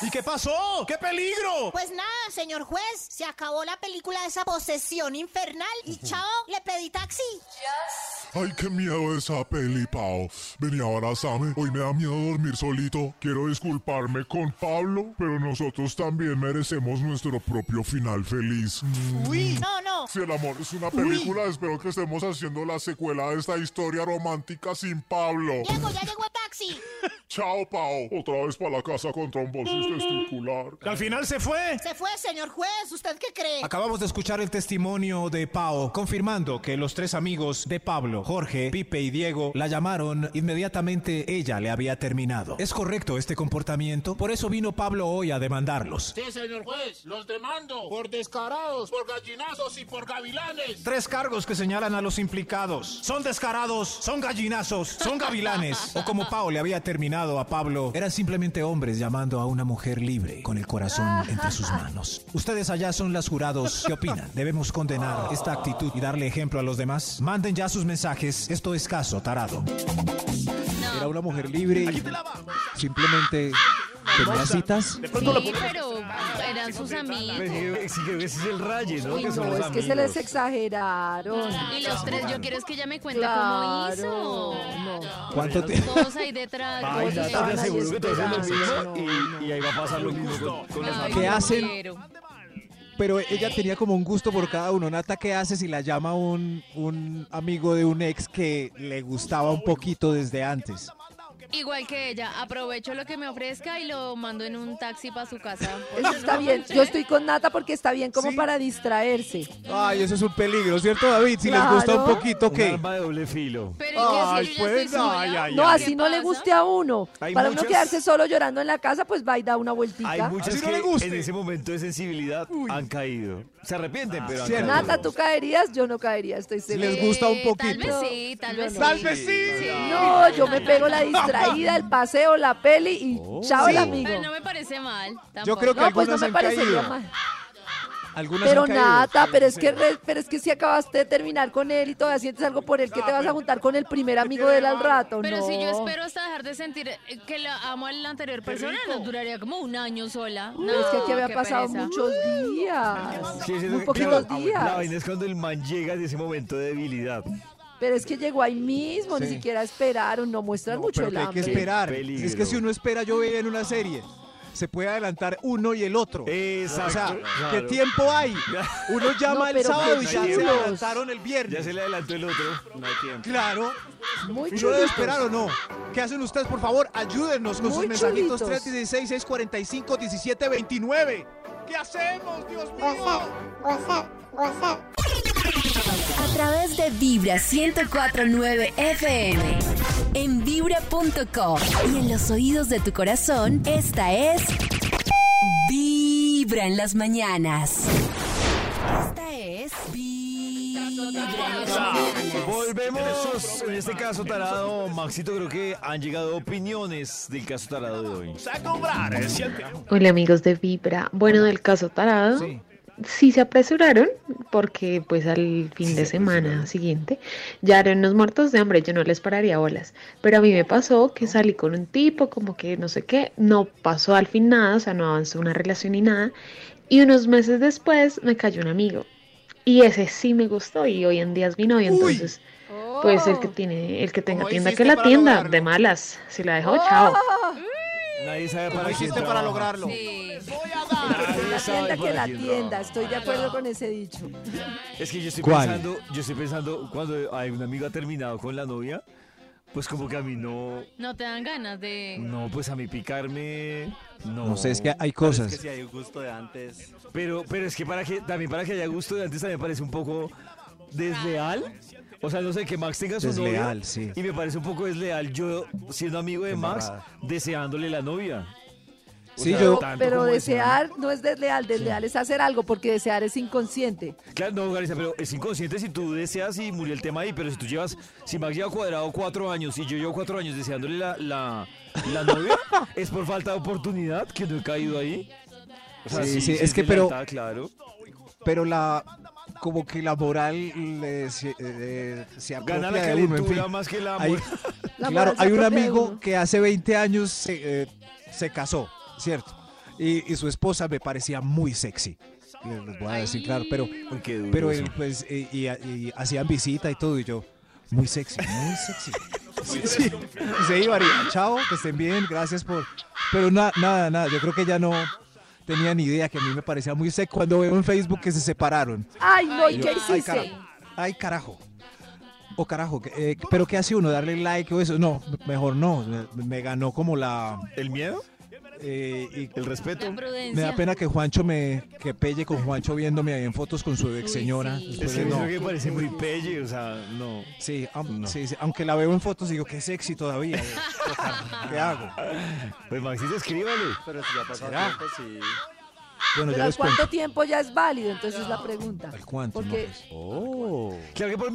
Speaker 1: ¿Y qué pasó? ¡Qué peligro!
Speaker 11: Pues nada, señor juez, se acabó la película de esa posesión infernal y chao, le pedí taxi.
Speaker 10: Ay, qué miedo esa peli, Pao. Vení, abrázame. Hoy me da miedo dormir solito. Quiero disculparme con Pablo, pero nosotros también merecemos nuestro propio final feliz. Mm.
Speaker 11: No, no.
Speaker 10: Si el amor es una película, espero que estemos haciendo la secuela de esta historia romántica sin Pablo.
Speaker 11: Diego, ya llegó el taxi.
Speaker 10: Chao, Pao. Otra vez para la casa con trombosis testicular.
Speaker 1: Al final se fue.
Speaker 11: Se fue, señor juez, ¿usted qué cree?
Speaker 1: Acabamos de escuchar el testimonio de Pao, confirmando que los tres amigos de Pablo, Jorge, Pipe y Diego, la llamaron inmediatamente ella le había terminado. ¿Es correcto este comportamiento? Por eso vino Pablo hoy a demandarlos.
Speaker 9: Sí, señor juez, los demando por descarados, por gallinazos y por gavilanes.
Speaker 1: Tres cargos que señalan a los implicados. Son descarados, son gallinazos, son gavilanes. O como Pao le había
Speaker 17: asesinado a Pablo eran simplemente hombres llamando a una mujer libre con el corazón entre sus manos. Ustedes allá son las jurados. ¿Qué opinan? ¿Debemos condenar esta actitud y darle ejemplo a los demás? Manden ya sus mensajes. Esto es caso, tarado.
Speaker 1: Era una mujer libre y simplemente tenía citas.
Speaker 13: Sí, pero eran sus amigos.
Speaker 2: Exige ese es el raye, ¿no?
Speaker 3: Uy,
Speaker 2: Que son
Speaker 3: no,
Speaker 2: los
Speaker 3: es que se les
Speaker 2: amigos.
Speaker 3: exageraron.
Speaker 13: Y los tres, yo quiero es que ella me cuente
Speaker 3: Claro,
Speaker 13: cómo
Speaker 3: no.
Speaker 1: ¿Cuánto
Speaker 13: hizo.
Speaker 1: tiempo?
Speaker 13: Cosas ahí detrás.
Speaker 2: Ay,
Speaker 13: cosas
Speaker 2: Nata, te
Speaker 13: ahí.
Speaker 2: aseguro que te hacen lo mismo y, y ahí va a pasar lo mismo con los
Speaker 1: ¿Qué
Speaker 2: amigos.
Speaker 1: Pues hacen?
Speaker 13: Pero-
Speaker 1: Pero ella tenía como un gusto por cada uno. Nata, ¿qué hace si la llama un, un amigo de un ex que le gustaba un poquito desde antes?
Speaker 13: Igual que ella, aprovecho lo que me ofrezca y lo mando en un taxi para su casa.
Speaker 3: Eso está bien. Yo estoy con Nata porque está bien como para distraerse.
Speaker 1: Ay, eso es un peligro, ¿cierto, David? Si les
Speaker 3: Claro.
Speaker 1: gusta un poquito,
Speaker 2: Un
Speaker 1: ¿qué?
Speaker 2: arma de doble filo.
Speaker 13: Pero es que si
Speaker 1: Ay,
Speaker 13: yo ya
Speaker 1: pues,
Speaker 13: estoy sola,
Speaker 1: ay, ay,
Speaker 3: No,
Speaker 1: ay.
Speaker 3: así no le guste a uno.
Speaker 2: Hay
Speaker 3: Para uno
Speaker 2: muchas-
Speaker 3: quedarse solo llorando en la casa, pues va y da una
Speaker 2: Hay
Speaker 3: vueltica.
Speaker 2: muchas
Speaker 1: Así no le
Speaker 2: que
Speaker 1: guste.
Speaker 2: en ese momento de sensibilidad han caído. Se arrepienten, pero han
Speaker 1: cierto.
Speaker 2: caído.
Speaker 3: Nata, tú caerías, yo no caería, estoy segura.
Speaker 1: les gusta un
Speaker 13: Eh, Tal
Speaker 1: poquito.
Speaker 13: vez sí, tal vez sí.
Speaker 1: Tal vez sí.
Speaker 3: No, yo me pego la distraída, el paseo, la peli y
Speaker 13: Oh.
Speaker 3: chao el amigo.
Speaker 13: Pero no me parece mal.
Speaker 1: Yo
Speaker 13: tampoco.
Speaker 1: creo que
Speaker 3: No, pues
Speaker 1: algunas
Speaker 3: no me
Speaker 1: han
Speaker 3: parecería
Speaker 1: caído.
Speaker 3: mal.
Speaker 1: Algunas
Speaker 3: Pero
Speaker 1: han caído.
Speaker 3: Nata, pero es que re- pero es que si acabaste de terminar con él y todavía sientes algo por él, que te vas a juntar con el primer amigo de él al rato,
Speaker 13: Pero si yo
Speaker 3: no.
Speaker 13: espero hasta dejar de sentir eh, que la amo a la anterior persona, no duraría como un año sola.
Speaker 3: Uy,
Speaker 13: No,
Speaker 3: es que aquí había
Speaker 13: qué
Speaker 3: pasado
Speaker 13: pereza.
Speaker 3: muchos días,
Speaker 2: Sí, sí,
Speaker 3: muy
Speaker 2: sí,
Speaker 3: poquitos
Speaker 2: claro, Ah, La
Speaker 3: días.
Speaker 2: vaina es cuando el man llega en ese momento de debilidad.
Speaker 3: Pero es que llegó ahí mismo, ni
Speaker 1: Sí.
Speaker 3: siquiera esperaron, no muestran mucho
Speaker 1: Pero
Speaker 3: el
Speaker 1: que hay que
Speaker 3: hambre.
Speaker 1: esperar.
Speaker 2: Peligro.
Speaker 1: Es que si uno espera, yo veía en una serie. Se puede adelantar uno y el otro.
Speaker 2: Exacto,
Speaker 1: O sea, ¿qué
Speaker 2: claro.
Speaker 1: tiempo hay? Uno
Speaker 3: No,
Speaker 1: llama el
Speaker 3: pero
Speaker 1: sábado y
Speaker 3: qué
Speaker 1: ya se
Speaker 2: chulos.
Speaker 1: adelantaron el viernes.
Speaker 2: Ya se le adelantó el otro. No hay tiempo.
Speaker 1: Claro.
Speaker 3: Muy
Speaker 1: ¿Uno debe
Speaker 3: chulitos.
Speaker 1: esperar o no? ¿Qué hacen ustedes? Por favor, ayúdenos con
Speaker 3: Muy
Speaker 1: sus mensajitos
Speaker 3: chulitos.
Speaker 1: 316-645-1729. ¿Qué hacemos, Dios mío?
Speaker 6: A través de Vibra 1049 FM. En vibra.com y en los oídos de tu corazón, esta es Vibra en las mañanas. Esta es Vibra en las mañanas.
Speaker 2: Volvemos. En este caso tarado, Maxito, creo que han llegado opiniones del caso tarado de hoy.
Speaker 18: Hola amigos de Vibra. Bueno, del caso tarado, sí, se apresuraron porque pues al fin de semana siguiente ya eran unos muertos de hambre, yo no les pararía bolas. Pero a mí me pasó que salí con un tipo, como que no sé qué, no pasó al fin nada, o sea, no avanzó una relación ni nada. Y unos meses después me cayó un amigo. Y ese sí me gustó y hoy en día es mi novio, entonces pues el que tiene, el que tenga
Speaker 1: Oh. ¿Cómo
Speaker 18: tienda
Speaker 1: hiciste
Speaker 18: que la
Speaker 1: para
Speaker 18: tienda,
Speaker 1: lograrlo? Oh.
Speaker 18: de malas, si la dejó, chao.
Speaker 2: Nadie sabe para
Speaker 1: ¿Cómo
Speaker 2: quién
Speaker 1: hiciste para
Speaker 2: trabaja.
Speaker 1: lograrlo?
Speaker 13: Sí.
Speaker 3: La tienda que la
Speaker 2: quién
Speaker 3: tienda, estoy de acuerdo con ese dicho.
Speaker 2: Es que yo estoy
Speaker 1: ¿Cuál?
Speaker 2: pensando, yo estoy pensando cuando hay un amigo ha terminado con la novia, pues como que a mí no,
Speaker 13: No te dan ganas de.
Speaker 2: no, pues a mí picarme, no.
Speaker 1: No sé, es que hay
Speaker 5: Pero es
Speaker 1: cosas.
Speaker 5: que si hay un gusto de antes.
Speaker 2: Pero, pero es que para que también para que haya gusto de antes también me parece un poco desleal. O sea, no sé, que Max tenga su
Speaker 1: Desleal,
Speaker 2: novia.
Speaker 1: sí.
Speaker 2: Y me parece un poco desleal yo siendo amigo de Max,
Speaker 1: embarrada.
Speaker 2: deseándole la novia.
Speaker 1: Sí,
Speaker 2: sea,
Speaker 1: yo-
Speaker 2: tanto
Speaker 3: Pero
Speaker 2: como
Speaker 3: desear no es desleal, desleal es hacer algo, porque desear es inconsciente.
Speaker 1: Pues
Speaker 2: Claro, no, García, pero es inconsciente si tú deseas y murió el tema ahí, pero si tú llevas, si Max lleva cuadrado cuatro años y yo llevo cuatro años deseándole la, la, la novia, es por falta de oportunidad que no he caído ahí. O
Speaker 1: Sí, sí, es que, pero-
Speaker 2: lealtad, Claro.
Speaker 1: Pero la. Como que la moral le- se, eh, se
Speaker 2: Gana la
Speaker 1: apropia de uno. En
Speaker 2: calentura
Speaker 1: fin.
Speaker 2: más que la
Speaker 1: Hay-
Speaker 2: amor.
Speaker 3: La
Speaker 1: claro,
Speaker 3: moral se
Speaker 1: hay un
Speaker 3: apropia de
Speaker 1: amigo
Speaker 3: uno.
Speaker 1: que hace 20 años se, eh, se casó, ¿cierto? Y, y su esposa me parecía muy sexy. Les, les voy a decir, claro, pero,
Speaker 2: Uy, qué duro
Speaker 1: pero
Speaker 2: eso.
Speaker 1: él, pues, eh, y, y hacían visita y todo, y yo, muy sexy, muy sexy. Sí, sí. Y se iba, y, chao, que estén bien, gracias por. Pero na- nada, nada, yo creo que ya no tenía ni idea que a mí me parecía muy sexy cuando veo en Facebook que se separaron.
Speaker 3: Ay, no,
Speaker 1: Y
Speaker 3: ¿y
Speaker 1: yo,
Speaker 3: qué
Speaker 1: Ay,
Speaker 3: hiciste?
Speaker 1: carajo. Ay, carajo. O carajo, que- eh, pero ¿qué hace uno? ¿Darle like o eso? No, mejor no. Me, me ganó como la...
Speaker 2: ¿El miedo?
Speaker 1: eh, y
Speaker 2: ¿El respeto?
Speaker 13: La prudencia.
Speaker 1: me da pena que Juancho me... Que pelle con Juancho viéndome ahí en fotos con su ex señora.
Speaker 13: sí.
Speaker 2: Es
Speaker 1: Después
Speaker 2: que
Speaker 1: de-
Speaker 2: me
Speaker 1: no.
Speaker 2: que parece muy pelle, o sea, no.
Speaker 1: Sí, am- sí, sí, aunque la veo en fotos digo, qué sexy todavía. ¿Qué hago?
Speaker 2: Pues Maxito, escríbale.
Speaker 5: Pero si ya pasó
Speaker 1: ¿Será?
Speaker 5: tiempo, sí.
Speaker 1: Bueno, ya
Speaker 3: Pero ¿al
Speaker 1: les
Speaker 3: ¿cuánto
Speaker 1: cuento.
Speaker 3: tiempo ya es válido? Entonces es la pregunta.
Speaker 1: cuánto? No,
Speaker 3: Porque
Speaker 1: pues.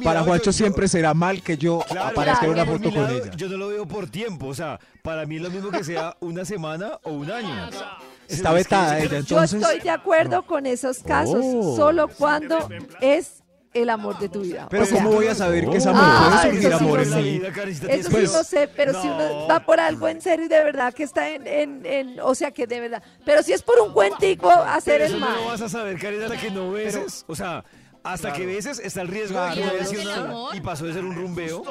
Speaker 1: Para Juancho siempre será mal que yo aparezca en una
Speaker 2: Por mi
Speaker 1: foto con
Speaker 2: lado,
Speaker 1: ella.
Speaker 2: Yo no lo veo por tiempo, o sea, para mí es lo mismo que sea una semana o un año.
Speaker 1: Está vetada ella,
Speaker 3: yo
Speaker 1: entonces.
Speaker 3: estoy de acuerdo con esos casos,
Speaker 1: Oh.
Speaker 3: solo cuando es el amor de tu vida.
Speaker 1: Pero
Speaker 3: O sea,
Speaker 1: ¿cómo voy a saber que es amor?
Speaker 3: Ah,
Speaker 1: ¿Puede surgir
Speaker 3: eso sí
Speaker 1: amor
Speaker 3: no
Speaker 1: en
Speaker 3: sé.
Speaker 1: mí?
Speaker 3: Eso
Speaker 1: Pues-
Speaker 3: sí no sé, pero si uno va por algo en serio y de verdad que está en, en, en- o sea que de verdad, pero si es por un cuentico hacer
Speaker 2: Pero
Speaker 3: el
Speaker 2: eso
Speaker 3: mal.
Speaker 2: no lo vas a saber, Karen, hasta que no beses. o sea, hasta que beses está el riesgo de
Speaker 1: Claro.
Speaker 2: que no haber
Speaker 1: Claro.
Speaker 2: sido nada. Y pasó de ser un rumbeo.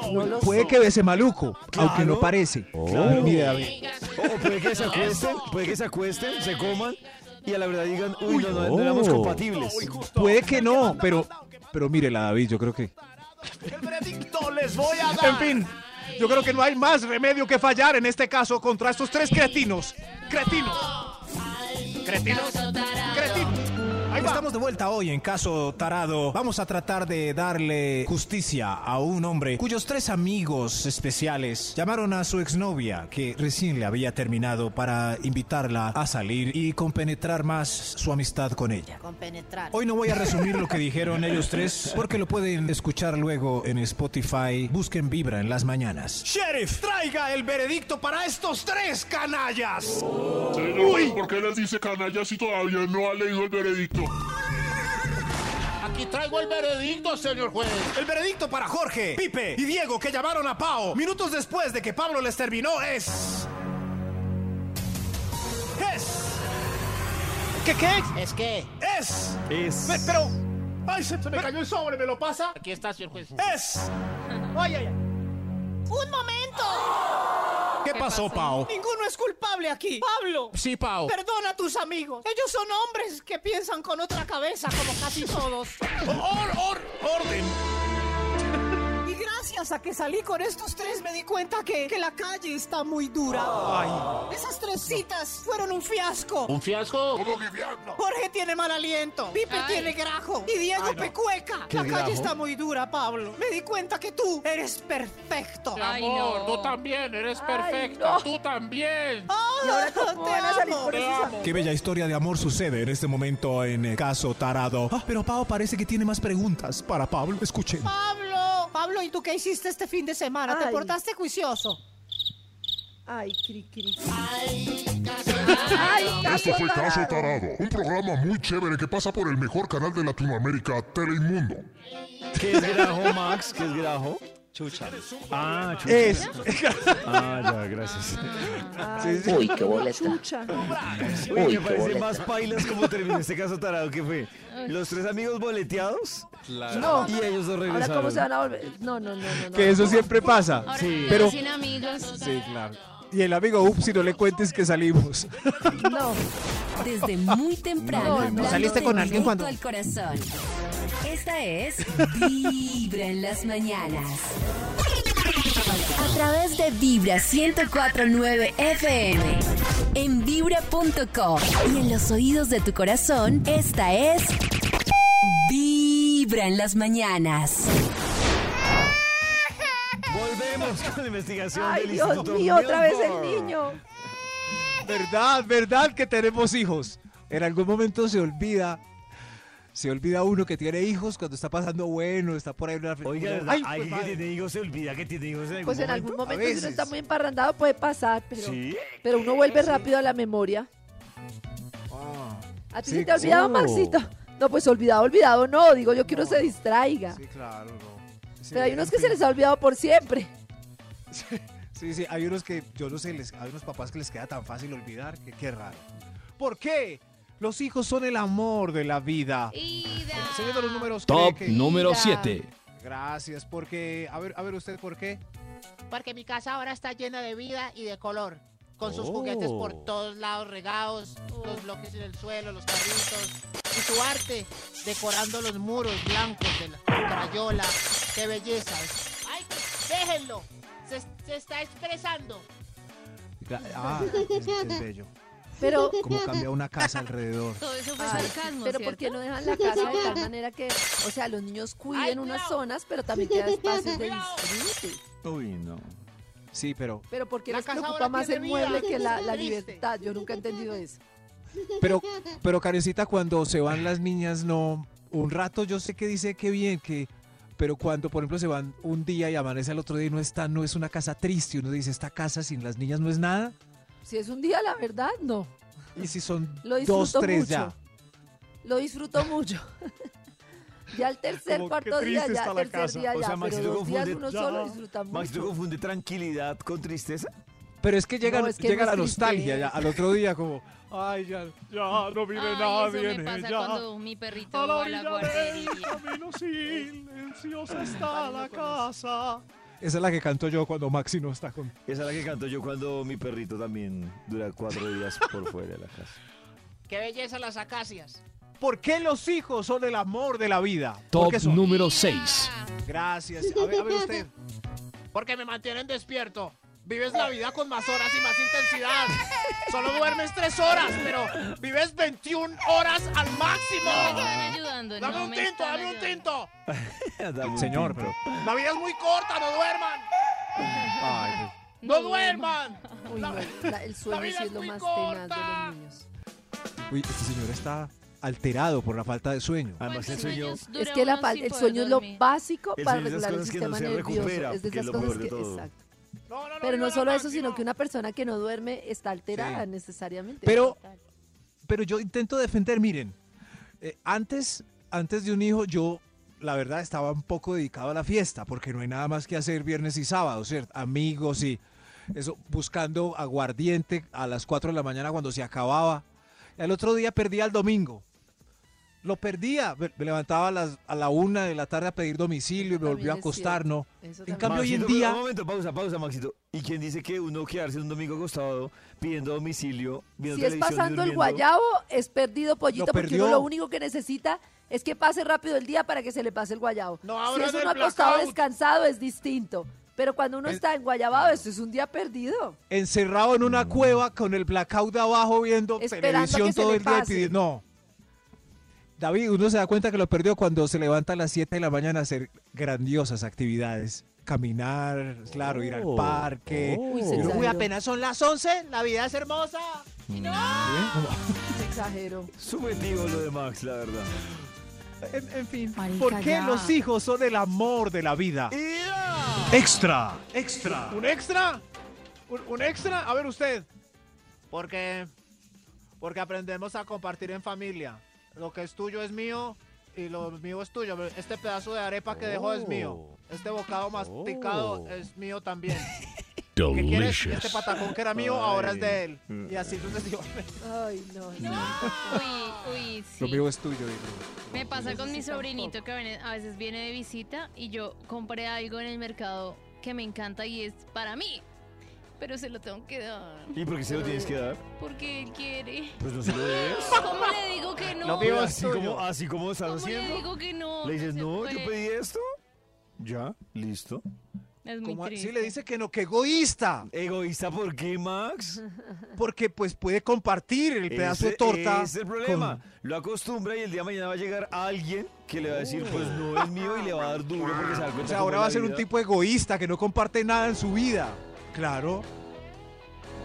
Speaker 1: Puede que bese maluco, aunque no parece.
Speaker 4: Oh.
Speaker 2: Claro.
Speaker 1: Ni idea, ve.
Speaker 2: O, o puede que se acuesten, puede que se acuesten, se coman y a la verdad digan, uy, no, no, no éramos
Speaker 1: Oh.
Speaker 2: compatibles.
Speaker 1: Puede que no, pero, pero mírela, David, yo creo que.
Speaker 4: les voy a dar. En fin, yo creo que no hay más remedio que fallar en este caso contra estos tres cretinos. Cretinos. Cretinos. Cretinos. Estamos de vuelta hoy en Caso Tarado. Vamos a tratar de darle justicia a un hombre cuyos tres amigos especiales llamaron a su exnovia que recién le había terminado para invitarla a salir y compenetrar más su amistad con ella.
Speaker 19: Compenetrar.
Speaker 4: Hoy no voy a resumir lo que dijeron ellos tres porque lo pueden escuchar luego en Spotify. Busquen Vibra en las mañanas.
Speaker 9: Sheriff, traiga el veredicto para estos tres canallas.
Speaker 20: Señor, ¿por qué les dice canalla si todavía no ha leído el veredicto?
Speaker 14: Aquí traigo el veredicto, señor juez.
Speaker 9: El veredicto para Jorge, Pipe y Diego que llamaron a Pao minutos después de que Pablo les terminó es...
Speaker 4: Es. ¿Qué qué?
Speaker 14: ¿Es qué?
Speaker 4: Es.
Speaker 2: Es.
Speaker 4: Pe- Pero. Ay, se, se me cayó el sobre, ¿me lo pasa?
Speaker 14: Aquí está, señor juez.
Speaker 4: Es. Ay, ay, ay.
Speaker 11: ¡Un momento!
Speaker 4: ¿Qué pasó, Pau?
Speaker 11: Ninguno es culpable aquí. Pablo.
Speaker 4: Sí, Pau.
Speaker 11: Perdona a tus amigos. Ellos son hombres que piensan con otra cabeza, como casi todos.
Speaker 4: ¡Orden!
Speaker 11: Y gracias a que salí con estos tres me di cuenta que, que la calle está muy dura.
Speaker 14: Ay.
Speaker 11: Esas tres citas fueron un fiasco.
Speaker 14: ¿Un fiasco? ¿Cómo que
Speaker 11: Jorge tiene mal aliento, Pipe
Speaker 14: Ay.
Speaker 11: tiene grajo y Diego
Speaker 14: Ay, no.
Speaker 11: pecueca.
Speaker 14: ¿Qué
Speaker 11: La
Speaker 14: grajo?
Speaker 11: calle está muy dura, Pablo. Me di cuenta que tú eres perfecto.
Speaker 14: Amor, tú también eres perfecta. Tú también.
Speaker 11: ¿Y ahora cómo te van a salir por amo. esos
Speaker 4: Qué bella historia de amor sucede en este momento en eh, Caso Tarado. Ah, pero Pau parece que tiene más preguntas para Pablo. Escuchen.
Speaker 11: Pablo, Pablo, ¿y tú qué hiciste este fin de semana? ¿Te
Speaker 3: Ay.
Speaker 11: portaste juicioso?
Speaker 3: Ay, cri, cri.
Speaker 1: este
Speaker 10: Esto fue Caso Tarado, un programa muy chévere que pasa por el mejor canal de Latinoamérica, Telemundo.
Speaker 2: ¿Qué es grajo, Max? ¿Qué es grajo? Chucha. Ah, chucha.
Speaker 10: Es.
Speaker 2: Ah, ya, gracias.
Speaker 3: Ay,
Speaker 2: Uy, qué bola
Speaker 3: chucha.
Speaker 2: Uy,
Speaker 3: Uy,
Speaker 2: me
Speaker 3: qué
Speaker 2: parece
Speaker 3: boleta.
Speaker 2: más pailas como terminó este caso tarado que fue. Los tres amigos boleteados.
Speaker 3: No.
Speaker 2: Y ellos dos regresaron.
Speaker 3: Ahora cómo se van a volver. No, no, no, no. no.
Speaker 1: Que eso siempre pasa.
Speaker 3: Ahora
Speaker 1: Sí.
Speaker 3: que
Speaker 1: Pero.
Speaker 3: ya sin amigos.
Speaker 1: Sí, claro. Y el amigo, ups, si no le cuentes que salimos.
Speaker 3: No.
Speaker 6: Desde muy temprano.
Speaker 1: No, no.
Speaker 6: hablándote
Speaker 1: ¿Saliste con
Speaker 6: directo
Speaker 1: alguien cuando?
Speaker 6: al corazón. Esta es Vibra en las mañanas. A través de Vibra 1049 FM. En vibra.com y en los oídos de tu corazón, esta es Vibra en las mañanas.
Speaker 2: Volvemos con la investigación
Speaker 3: Ay,
Speaker 2: del
Speaker 3: Dios
Speaker 2: Instituto
Speaker 3: mío, otra vez el
Speaker 2: Milford.
Speaker 3: niño.
Speaker 1: Verdad, verdad que tenemos hijos. En algún momento se olvida. Se olvida uno que tiene hijos cuando está pasando bueno, está por ahí una
Speaker 2: Oiga, de verdad,
Speaker 1: Ay,
Speaker 2: alguien
Speaker 1: pues,
Speaker 2: que tiene hijos se olvida que tiene hijos en algún
Speaker 3: Pues en
Speaker 2: momento.
Speaker 3: algún
Speaker 1: momento?
Speaker 3: momento
Speaker 1: A
Speaker 3: si uno
Speaker 1: veces.
Speaker 3: está muy emparrandado puede pasar, pero,
Speaker 2: ¿Sí?
Speaker 3: pero uno vuelve rápido a la memoria. ¿A ti
Speaker 1: Ah. Sí,
Speaker 3: se te ha olvidado,
Speaker 1: claro.
Speaker 3: Maxito? No, pues olvidado, olvidado, no. Digo yo que uno se distraiga.
Speaker 1: Sí, claro, no. Sí,
Speaker 3: pero hay unos
Speaker 1: en
Speaker 3: que se
Speaker 1: fin.
Speaker 3: les ha olvidado por siempre.
Speaker 1: Sí, sí, hay unos que, yo no sé, les- hay unos papás que les queda tan fácil olvidar que qué raro. ¿Por qué? Los hijos son el amor de la vida. Siguiendo los números cree
Speaker 9: Top
Speaker 1: que-
Speaker 9: número 7.
Speaker 1: Gracias, porque, a ver, a ver usted, ¿por qué?
Speaker 11: Porque mi casa ahora está llena de vida y de color.
Speaker 14: Con sus
Speaker 1: Oh.
Speaker 14: juguetes por todos lados regados, los bloques en el suelo, los carritos. Y su arte decorando los muros blancos de la crayola. ¡Qué belleza! ¡Ay, déjenlo! Se, se está expresando.
Speaker 1: Ah, es, es bello.
Speaker 3: Pero-
Speaker 1: Como cambia una casa alrededor.
Speaker 21: Todo eso fue
Speaker 3: Ay,
Speaker 21: sarcasmo,
Speaker 3: Pero ¿por
Speaker 21: ¿cierto?
Speaker 3: qué no dejan la casa de tal manera que, o sea, los niños cuiden unas zonas, pero también queda espacios de disfrute?
Speaker 2: Uy, no.
Speaker 1: Sí, pero
Speaker 3: Pero ¿por qué
Speaker 14: La
Speaker 3: les
Speaker 14: casa
Speaker 3: preocupa
Speaker 14: ahora
Speaker 3: más el
Speaker 14: tiene vida.
Speaker 3: mueble que la, la
Speaker 14: Triste.
Speaker 3: libertad? Yo nunca he entendido eso.
Speaker 1: Pero, pero Karencita, cuando se van las niñas, no. Un rato yo sé que dice que bien, que. Pero cuando, por ejemplo, se van un día y amanece al otro día y no está, no es una casa triste. Uno dice, esta casa sin las niñas no es nada.
Speaker 3: Si es un día, la verdad, no.
Speaker 1: Y si son
Speaker 3: Lo
Speaker 1: dos,
Speaker 3: disfruto
Speaker 1: tres
Speaker 3: mucho.
Speaker 1: ya.
Speaker 3: Lo disfruto mucho. ya el tercer,
Speaker 2: Como,
Speaker 3: cuarto
Speaker 2: qué
Speaker 3: día,
Speaker 2: triste
Speaker 3: ya
Speaker 2: está
Speaker 3: el
Speaker 2: la
Speaker 3: tercer
Speaker 2: casa.
Speaker 3: día,
Speaker 2: O
Speaker 3: ya.
Speaker 2: sea,
Speaker 3: pero
Speaker 2: Maxito
Speaker 3: dos días
Speaker 2: confunde,
Speaker 3: uno
Speaker 2: ya.
Speaker 3: solo disfruta mucho.
Speaker 2: Maxito confunde tranquilidad con tristeza.
Speaker 1: Pero es que llega,
Speaker 2: No, es que no
Speaker 1: llega la
Speaker 2: es
Speaker 1: nostalgia ya,
Speaker 2: tristeza.
Speaker 1: al otro día, como. Ay, ya, ya no
Speaker 13: Ay,
Speaker 1: viene
Speaker 13: eso
Speaker 1: nadie.
Speaker 13: me pasa
Speaker 1: ya.
Speaker 13: cuando mi perrito
Speaker 1: A la
Speaker 13: va a la
Speaker 1: orilla
Speaker 13: guardería.
Speaker 1: silenciosa
Speaker 13: está
Speaker 1: la
Speaker 13: casa.
Speaker 1: Esa es la que canto yo cuando Maxi no está con.
Speaker 2: Esa es la que canto yo cuando mi perrito también dura cuatro días por fuera de la casa.
Speaker 14: ¡Qué belleza las acacias!
Speaker 1: ¿Por qué los hijos son el amor de la vida?
Speaker 22: Top número 6.
Speaker 1: Gracias. A ver, a ver usted.
Speaker 14: Porque me mantienen despierto. Vives la vida con más horas y más intensidad. Solo duermes tres horas, pero vives 21 horas al máximo.
Speaker 13: No me están ayudando,
Speaker 14: Dame
Speaker 13: no
Speaker 14: un
Speaker 13: me
Speaker 14: tinto,
Speaker 13: están
Speaker 14: dame un tinto.
Speaker 1: Señor, pero.
Speaker 14: La vida es muy corta, no duerman.
Speaker 1: Ay,
Speaker 14: No duerman.
Speaker 3: Uy,
Speaker 14: La-
Speaker 3: no, la- el sueño
Speaker 14: vida
Speaker 3: sí
Speaker 14: es
Speaker 3: es lo
Speaker 14: muy
Speaker 3: más tenaz de
Speaker 14: corta.
Speaker 3: los niños.
Speaker 1: uy, este señor está alterado por la falta de sueño.
Speaker 2: Además, el sueño.
Speaker 3: Es que la fal- el sueño es lo básico
Speaker 2: El
Speaker 3: para
Speaker 2: sueño es de esas
Speaker 3: regular el
Speaker 2: cosas que no
Speaker 3: sistema
Speaker 2: se
Speaker 3: nervioso.
Speaker 2: recupera,
Speaker 3: es de
Speaker 2: que es
Speaker 3: esas
Speaker 2: lo
Speaker 3: cosas
Speaker 2: peor de
Speaker 3: que.
Speaker 2: todo.
Speaker 3: Exacto. Pero no solo eso, sino que una persona que no duerme está alterada
Speaker 1: Sí.
Speaker 3: necesariamente.
Speaker 1: Pero, pero yo intento defender, miren, eh, antes, antes de un hijo yo, la verdad, estaba un poco dedicado a la fiesta, porque no hay nada más que hacer viernes y sábado, ¿cierto? Amigos y eso, buscando aguardiente a las 4 de la mañana cuando se acababa. Y al otro día perdía el domingo. Lo perdía, me me levantaba a, las, a la una de la tarde a pedir domicilio y me volvió
Speaker 2: También
Speaker 1: a
Speaker 2: es
Speaker 1: acostar, ¿no?
Speaker 2: cierto.
Speaker 3: Eso
Speaker 1: En cambio, hoy en
Speaker 2: Maxito, pero
Speaker 1: día...
Speaker 2: Un momento, pausa, pausa, Maxito. ¿Y quién dice que uno quedarse un domingo acostado pidiendo domicilio, viendo
Speaker 3: Si es
Speaker 2: televisión y
Speaker 3: pasando el
Speaker 2: durmiendo?
Speaker 3: guayabo, es perdido pollito,
Speaker 2: Lo
Speaker 3: porque uno
Speaker 2: perdió.
Speaker 3: lo único que necesita es que pase rápido el día para que se le pase el guayabo. si
Speaker 14: abran
Speaker 3: es uno
Speaker 14: el
Speaker 3: acostado
Speaker 14: blackout.
Speaker 3: descansado, es distinto. Pero cuando uno está en guayabado, eso es un día perdido.
Speaker 1: encerrado en
Speaker 14: Mm.
Speaker 1: una cueva con el blackout de abajo viendo
Speaker 3: Esperando que
Speaker 1: televisión
Speaker 3: se
Speaker 1: todo
Speaker 3: le
Speaker 1: el día y
Speaker 3: pase.
Speaker 1: pidiendo. No. David, uno se da cuenta que lo perdió cuando se levanta a las 7 de la mañana a hacer grandiosas actividades. Caminar, claro, ir al
Speaker 14: Oh,
Speaker 1: parque.
Speaker 14: Uy,
Speaker 1: Yo-
Speaker 14: Uy, apenas son las 11, la vida es hermosa.
Speaker 3: Se exageró.
Speaker 2: Subjetivo lo de Max, la verdad.
Speaker 1: En, en fin, ¿por qué los hijos son el amor de la vida?
Speaker 17: Extra, extra.
Speaker 14: ¿Un extra? ¿Un, un extra? A ver usted. Porque, porque aprendemos a compartir en familia. Lo que es tuyo es mío y lo mío es tuyo. Este pedazo de arepa que dejó es
Speaker 1: Oh.
Speaker 14: mío.
Speaker 17: Oh.
Speaker 14: Este bocado masticado es mío también. ¿Qué quieres? Este patacón que era mío ahora es de él. Y así sucesivamente.
Speaker 3: Ay, no.
Speaker 13: Uy, uy,
Speaker 1: Lo
Speaker 13: sí.
Speaker 1: mío es tuyo,
Speaker 13: Me pasa con mi sobrinito que a vene- a veces viene de visita y yo compré algo en el mercado que me encanta y es para mí. Pero se lo tengo que dar.
Speaker 2: ¿Y por qué se lo tienes que dar?
Speaker 13: Porque él quiere.
Speaker 2: Pues no se lo debes.
Speaker 13: ¿Cómo le digo que no?
Speaker 2: Lo mío así como, así como estás
Speaker 13: ¿Cómo le
Speaker 2: haciendo.
Speaker 13: digo que no?
Speaker 2: Le dices,
Speaker 13: se
Speaker 2: no, yo
Speaker 13: puede".
Speaker 2: pedí esto. Ya, listo.
Speaker 13: Es muy
Speaker 1: ¿Cómo así?
Speaker 13: triste.
Speaker 1: le dice que no, que egoísta.
Speaker 2: ¿Egoísta por qué, Max?
Speaker 1: Porque pues puede compartir el pedazo
Speaker 2: Ese
Speaker 1: de torta.
Speaker 2: Es el problema. Lo acostumbra y el día de mañana va a llegar alguien que le va a decir, pues no es mío y le va a dar duro porque se da cuenta
Speaker 1: Oh. O sea,
Speaker 2: cómo
Speaker 1: ahora
Speaker 2: es
Speaker 1: va a
Speaker 2: la
Speaker 1: ser un
Speaker 2: vida.
Speaker 1: tipo egoísta que no comparte nada en su vida. Claro.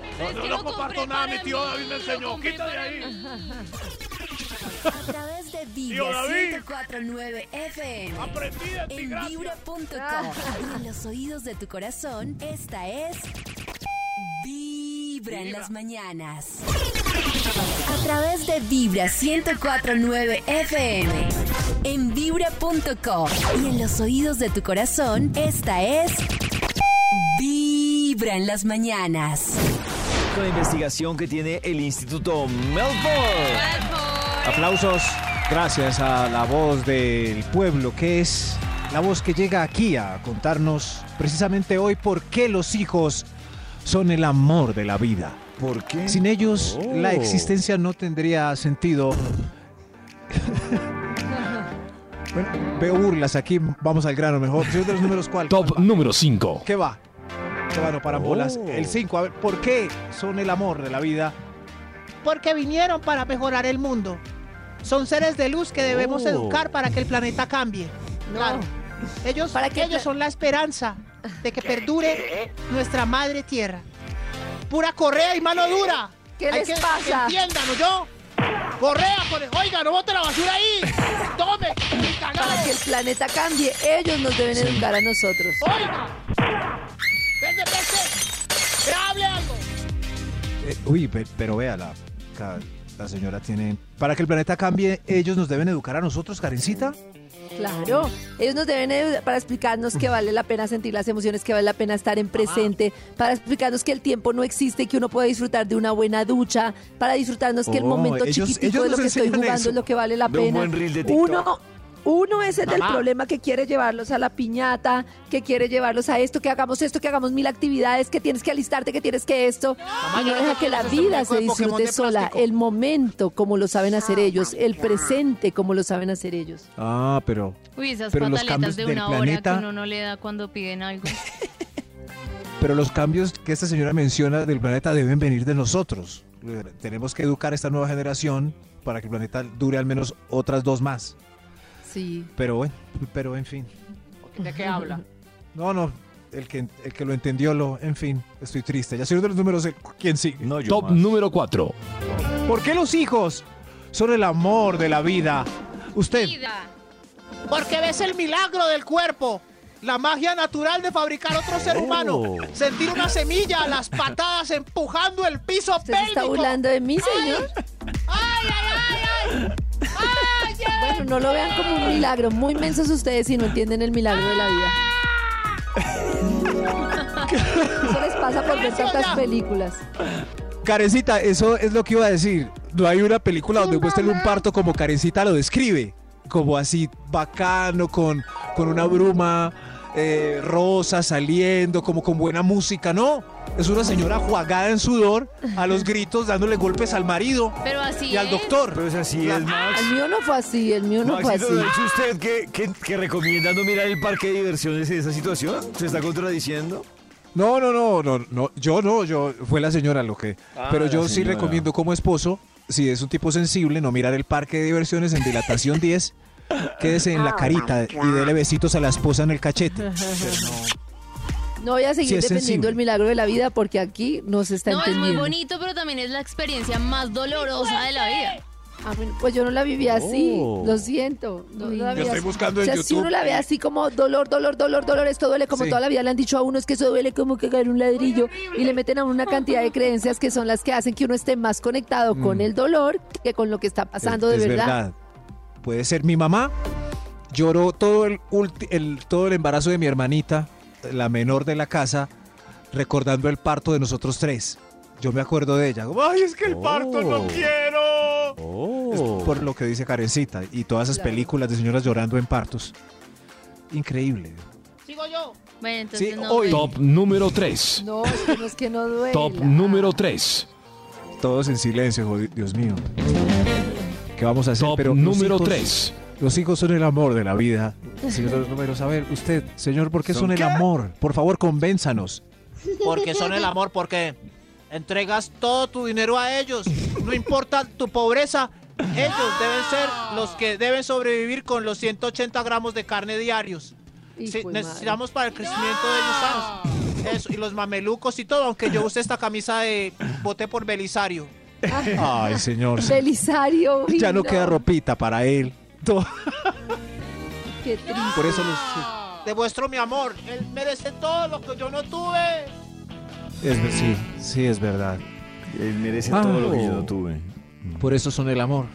Speaker 13: Es que
Speaker 14: no
Speaker 13: lo
Speaker 14: comparto
Speaker 13: compré
Speaker 14: nada,
Speaker 13: para
Speaker 14: mi tío
Speaker 13: mí,
Speaker 14: David me
Speaker 13: lo
Speaker 14: enseñó,
Speaker 13: compré
Speaker 14: quita de
Speaker 13: para
Speaker 14: ahí.
Speaker 13: mí.
Speaker 6: A través de Vibra
Speaker 14: Tío David.
Speaker 6: 104.9 FM. en vibra.com. En los oídos de tu corazón, esta es Vibra en las mañanas. A través de Vibra 104.9 FM. En vibra.com. Y en los oídos de tu corazón, esta es Vibra en las mañanas.
Speaker 2: Con la investigación que tiene el Instituto Melbourne.
Speaker 1: Aplausos. Gracias a la voz del pueblo, que es la voz que llega aquí a contarnos precisamente hoy por qué los hijos son el amor de la vida.
Speaker 2: ¿Por qué?
Speaker 1: Sin ellos,
Speaker 2: Oh.
Speaker 1: la existencia no tendría sentido. bueno, veo burlas aquí. Vamos al grano mejor. Señor de los números, ¿cuál?
Speaker 22: Top número 5.
Speaker 1: ¿Qué va? ¿Qué va? No paran
Speaker 22: Oh.
Speaker 1: bolas. El 5, a ver, ¿por qué son el amor de la vida?
Speaker 14: Porque vinieron para mejorar el mundo. Son seres de luz que debemos
Speaker 1: Oh.
Speaker 14: educar para que el planeta cambie. Claro. Ellos, ellos son la esperanza de que perdure nuestra madre tierra. Pura correa y mano dura.
Speaker 3: ¿Qué
Speaker 14: Hay
Speaker 3: les
Speaker 14: que,
Speaker 3: pasa?
Speaker 14: Que entiendan, ¿no? yo. ¡Correa, conejo! ¡Oiga, no bote la basura ahí! ¡Tome! ¡Me
Speaker 3: Para
Speaker 14: cagado!
Speaker 3: que el planeta cambie, ellos nos deben educar a nosotros.
Speaker 14: ¡Oiga! ¡Vende, peste! ¡Me hable algo!
Speaker 1: Eh, uy, pe- pero vea, la, ca- la señora tiene... Para que el planeta cambie, ellos nos deben educar a nosotros, Karencita.
Speaker 3: Claro, ellos nos deben ayudar para explicarnos que vale la pena sentir las emociones, que vale la pena estar en presente, para explicarnos que el tiempo no existe, y que uno puede disfrutar de una buena ducha, para disfrutarnos que el
Speaker 1: Oh,
Speaker 3: momento
Speaker 1: ellos-
Speaker 3: chiquitico
Speaker 1: ellos
Speaker 3: de lo
Speaker 1: nos
Speaker 3: que estoy
Speaker 1: enseñan
Speaker 3: jugando
Speaker 1: eso.
Speaker 3: es lo que vale la
Speaker 1: De un
Speaker 3: pena.
Speaker 1: buen reel de TikTok.
Speaker 3: uno, uno es el del
Speaker 1: Mamá.
Speaker 3: problema que quiere llevarlos a la piñata, que quiere llevarlos a esto, que hagamos esto, que hagamos mil actividades, que tienes que alistarte, que tienes que esto. Y no deja que Ah, la vida se disfrute sola, el momento como lo saben hacer ellos, el presente como lo saben hacer ellos.
Speaker 1: Ah, pero...
Speaker 13: Uy, esas
Speaker 1: pero los
Speaker 13: pataletas
Speaker 1: cambios
Speaker 13: de
Speaker 1: del
Speaker 13: una hora
Speaker 1: planeta...
Speaker 13: que uno no le da cuando piden algo.
Speaker 1: Pero los cambios que esta señora menciona del planeta deben venir de nosotros. Eh, Tenemos que educar a esta nueva generación para que el planeta dure al menos otras dos más.
Speaker 3: Sí.
Speaker 1: Pero bueno, pero en fin.
Speaker 14: ¿De qué habla?
Speaker 1: No, no, el que, el que lo entendió, lo, en fin, estoy triste. Ya soy de los números, el- ¿quién sigue?
Speaker 22: Top número 4.
Speaker 1: ¿Por qué los hijos son el amor de la vida? Usted,
Speaker 14: Porque ves el milagro del cuerpo. La magia natural de fabricar otro ser humano. Sentir una semilla, las patadas empujando el piso
Speaker 3: ¿Usted se está burlando de mí, señor? Bueno, no lo vean como un milagro. Muy mensos ustedes si no entienden el milagro de la vida.
Speaker 13: Ah.
Speaker 3: Eso les pasa por ver tantas películas.
Speaker 1: Carecita, eso es lo que iba a decir. No hay una película donde muestren un parto como Carecita lo describe. Como así, bacano, con, con una bruma eh, rosa saliendo, como con buena música, ¿no? Es una señora jugada en sudor, a los gritos, dándole golpes al marido
Speaker 13: Pero así
Speaker 1: y al
Speaker 13: es.
Speaker 1: doctor.
Speaker 2: Pues así es, Max.
Speaker 3: Ah, El mío no fue así, el mío no
Speaker 13: pues
Speaker 3: fue
Speaker 2: Maxito,
Speaker 3: así.
Speaker 2: ¿no ha dicho usted que, que- que recomienda no mirar el parque de diversiones en esa situación? ¿Se está contradiciendo?
Speaker 1: No, no, no, no, no, yo no, yo fue la señora lo que.
Speaker 2: Ah,
Speaker 1: pero
Speaker 2: la
Speaker 1: yo sí
Speaker 2: señora.
Speaker 1: recomiendo como esposo, si es un tipo sensible, no mirar el parque de diversiones en dilatación 10, quédese
Speaker 3: Ah,
Speaker 1: en la carita y dele besitos a la esposa en el cachete.
Speaker 3: No voy a
Speaker 1: Sí,
Speaker 3: seguir
Speaker 1: es
Speaker 3: defendiendo
Speaker 1: sensible.
Speaker 3: el milagro de la vida porque aquí no se está
Speaker 13: No, es
Speaker 3: entendiendo.
Speaker 13: muy bonito, pero también es la experiencia más dolorosa de la vida.
Speaker 3: Ah, bueno, pues yo no la viví así,
Speaker 13: Oh.
Speaker 3: lo siento. No, no la
Speaker 13: Yo
Speaker 3: viví
Speaker 13: estoy
Speaker 3: así.
Speaker 13: buscando
Speaker 3: O
Speaker 13: en
Speaker 3: sea, si
Speaker 13: YouTube.
Speaker 3: uno la ve así como dolor, dolor, dolor, dolor, esto duele como
Speaker 13: Sí.
Speaker 3: toda la vida le han dicho a uno, es que eso duele como cagar un ladrillo y le meten a uno una cantidad de creencias que son las que hacen que uno esté más conectado con el dolor que con lo que está pasando
Speaker 1: es,
Speaker 3: de
Speaker 1: Mm. es
Speaker 3: verdad.
Speaker 1: Puede ser mi mamá. Lloró todo el, ulti- el- todo el embarazo de mi hermanita, la menor de la casa, recordando el parto de nosotros tres. Yo me acuerdo de ella. como, ¡Ay, es que el parto no quiero!
Speaker 4: Oh.
Speaker 1: Es por lo que dice Karencita y todas esas
Speaker 13: Claro.
Speaker 1: películas de señoras llorando en partos. Increíble.
Speaker 14: Sigo yo.
Speaker 13: Bueno, entonces
Speaker 1: Sí,
Speaker 13: no. duele.
Speaker 1: hoy.
Speaker 22: Top número 3.
Speaker 3: No, es que no, es que no duele.
Speaker 22: Top número 3.
Speaker 1: Todos en silencio, jodi- Dios mío. ¿Qué vamos a hacer? Pero los
Speaker 22: número
Speaker 1: hijos-
Speaker 22: tres.
Speaker 1: Los hijos son el amor de la vida. Señor de los números, a ver, usted, señor, ¿por qué son,
Speaker 12: ¿Son
Speaker 1: el
Speaker 12: qué?
Speaker 1: amor? Por favor, convénzanos.
Speaker 14: Porque son el amor, porque entregas todo tu dinero a ellos. No importa tu pobreza. Ellos deben ser los que deben sobrevivir con los 180 gramos de carne diarios. Sí,
Speaker 12: de madre.
Speaker 14: necesitamos para el crecimiento de ellos sanos. Eso, y los mamelucos y todo, aunque yo use esta camisa de boté por Belisario.
Speaker 1: Ay, Ah, señor.
Speaker 3: Ah. Belisario. uy,
Speaker 1: Ya no queda ropita para él. To-
Speaker 3: Qué triste.
Speaker 1: Por eso los...
Speaker 14: Demuestro mi amor. Él merece todo lo que yo no tuve.
Speaker 1: Es, ver- sí, sí, es verdad.
Speaker 2: Él Eh, merece
Speaker 1: Ah,
Speaker 2: todo lo que yo no
Speaker 1: oh.
Speaker 2: tuve.
Speaker 1: Por eso son el amor.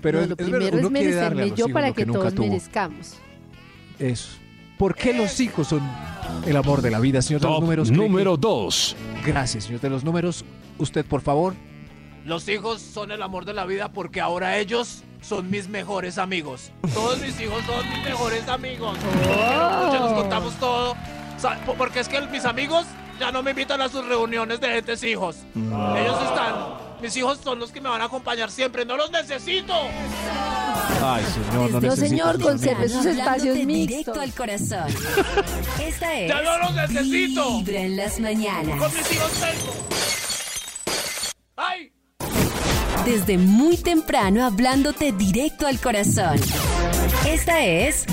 Speaker 1: Pero
Speaker 3: No,
Speaker 1: es-
Speaker 3: lo
Speaker 1: es verdad,
Speaker 3: primero es
Speaker 1: uno quiere darle a
Speaker 3: merecerme
Speaker 1: los
Speaker 3: yo
Speaker 1: hijos
Speaker 3: para
Speaker 1: lo
Speaker 3: que,
Speaker 1: nunca
Speaker 3: todos
Speaker 1: tuvo.
Speaker 3: merezcamos.
Speaker 1: Eso. ¿Por qué los hijos son el amor de la vida, señor de los números?
Speaker 22: número 2.
Speaker 1: Gracias, señor de los números. Usted, por favor.
Speaker 12: Los hijos son el amor de la vida porque ahora ellos son mis mejores amigos. Todos mis hijos son mis mejores amigos. Porque Ya nos contamos todo. Sa- po- Porque es que mis amigos ya no me invitan a sus reuniones de gentes hijos.
Speaker 23: Mm.
Speaker 12: Ellos están. Mis hijos son los que me van a acompañar siempre. No los necesito.
Speaker 1: Ay, señor, no
Speaker 12: No,
Speaker 1: necesita
Speaker 12: señor,
Speaker 1: sus
Speaker 12: conserve
Speaker 1: amigos.
Speaker 12: sus
Speaker 6: Hablándote
Speaker 12: espacios
Speaker 6: directo
Speaker 12: mixtos.
Speaker 6: al corazón. Esta es
Speaker 12: Ya no los necesito.
Speaker 6: Vibra en las mañanas.
Speaker 12: Con mis hijos tengo. ¡Ay!
Speaker 6: Desde muy temprano hablándote directo al corazón. Esta es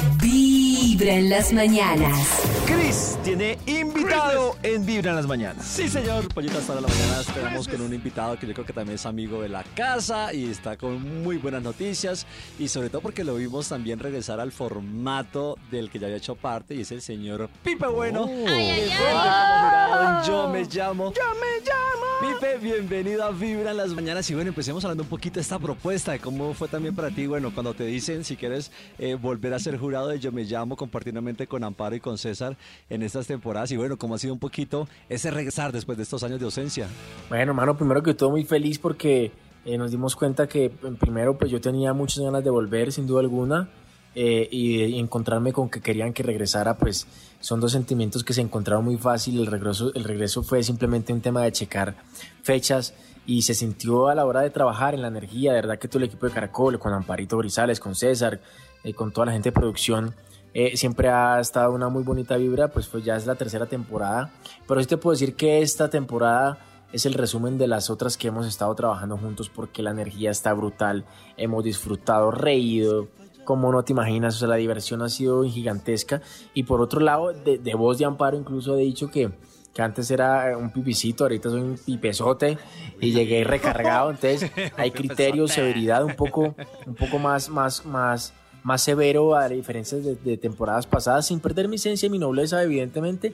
Speaker 6: Vibra en las mañanas.
Speaker 2: Chris tiene invitado en Vibra en las mañanas.
Speaker 5: Sí, señor. Pollito, hasta la mañana esperamos con un invitado que yo creo que también es amigo de la casa y está con muy buenas noticias. Y sobre todo porque lo vimos también regresar al formato del que ya había hecho parte y es el señor Pipe Bueno.
Speaker 13: Ay, ay, ay.
Speaker 5: Que fue nombrado en Yo me llamo.
Speaker 13: Yo me llamo.
Speaker 5: Pipe, bienvenido a Vibra en las mañanas. Y bueno, empecemos hablando un poquito de esta propuesta, de cómo fue también para ti. Bueno, cuando te dicen si quieres eh, volver a ser jurado de Yo Me Llamo, compartidamente con Amparo y con César en estas temporadas. Y bueno, cómo ha sido un poquito ese regresar después de estos años de ausencia.
Speaker 24: Bueno, mano, primero que todo muy feliz porque eh, nos dimos cuenta que en primero pues yo tenía muchas ganas de volver, sin duda alguna, eh, y, y encontrarme con que querían que regresara, pues son dos sentimientos que se encontraron muy fácil. El regreso, el regreso fue simplemente un tema de checar fechas y se sintió a la hora de trabajar en la energía, de verdad que todo el equipo de Caracol, con Amparito Grisales, con César, eh, con toda la gente de producción, eh, siempre ha estado una muy bonita vibra, pues, pues ya es la tercera temporada. Pero sí te puedo decir que esta temporada es el resumen de las otras que hemos estado trabajando juntos porque la energía está brutal, hemos disfrutado, reído, como no te imaginas, o sea, la diversión ha sido gigantesca. Y por otro lado, de, de voz de Amparo incluso he dicho que, que antes era eh, un pipicito, ahorita soy un pipezote y llegué recargado, entonces hay criterio, severidad un poco, un poco más, más, más, más severo a diferencias de, de temporadas pasadas, sin perder mi esencia y mi nobleza, evidentemente,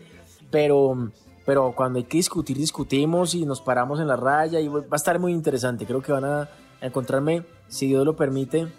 Speaker 24: pero, pero cuando hay que discutir, discutimos y nos paramos en la raya y va a estar muy interesante, creo que van a encontrarme, si Dios lo permite,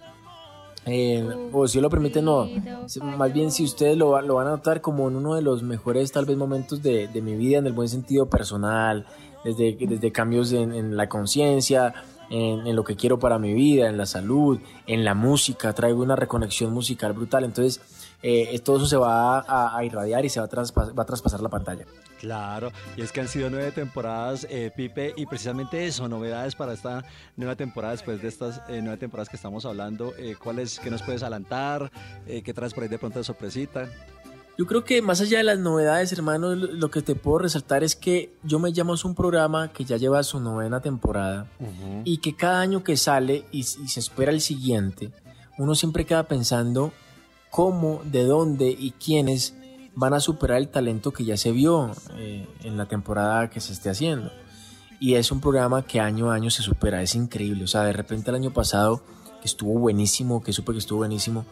Speaker 24: eh, o si Dios lo permite, no. Si- Más bien, si ustedes lo, va- lo van a notar como en uno de los mejores, tal vez, momentos de, de mi vida, en el buen sentido personal, desde, desde cambios en, en la conciencia, en, en lo que quiero para mi vida, en la salud, en la música. Traigo una reconexión musical brutal. Entonces, eh, todo eso se va a, a irradiar y se va a traspa- va a traspasar la pantalla.
Speaker 5: Claro, y es que han sido nueve temporadas, eh, Pipe, y precisamente eso, novedades para esta nueva temporada, después de estas eh, nueve temporadas que estamos hablando, eh, ¿cuáles, qué nos puedes adelantar? Eh, ¿Qué traes por ahí de pronto de sorpresita?
Speaker 24: Yo creo que más allá de las novedades, hermano, lo- lo que te puedo resaltar es que Yo Me Llamo es un programa que ya lleva su novena temporada y que cada año que sale y, y se espera el siguiente, uno siempre queda pensando cómo, de dónde y quiénes van a superar el talento que ya se vio eh, en la temporada que se esté haciendo. Y es un programa que año a año se supera, es increíble. O sea, de repente el año pasado, que estuvo buenísimo, que supe que estuvo buenísimo,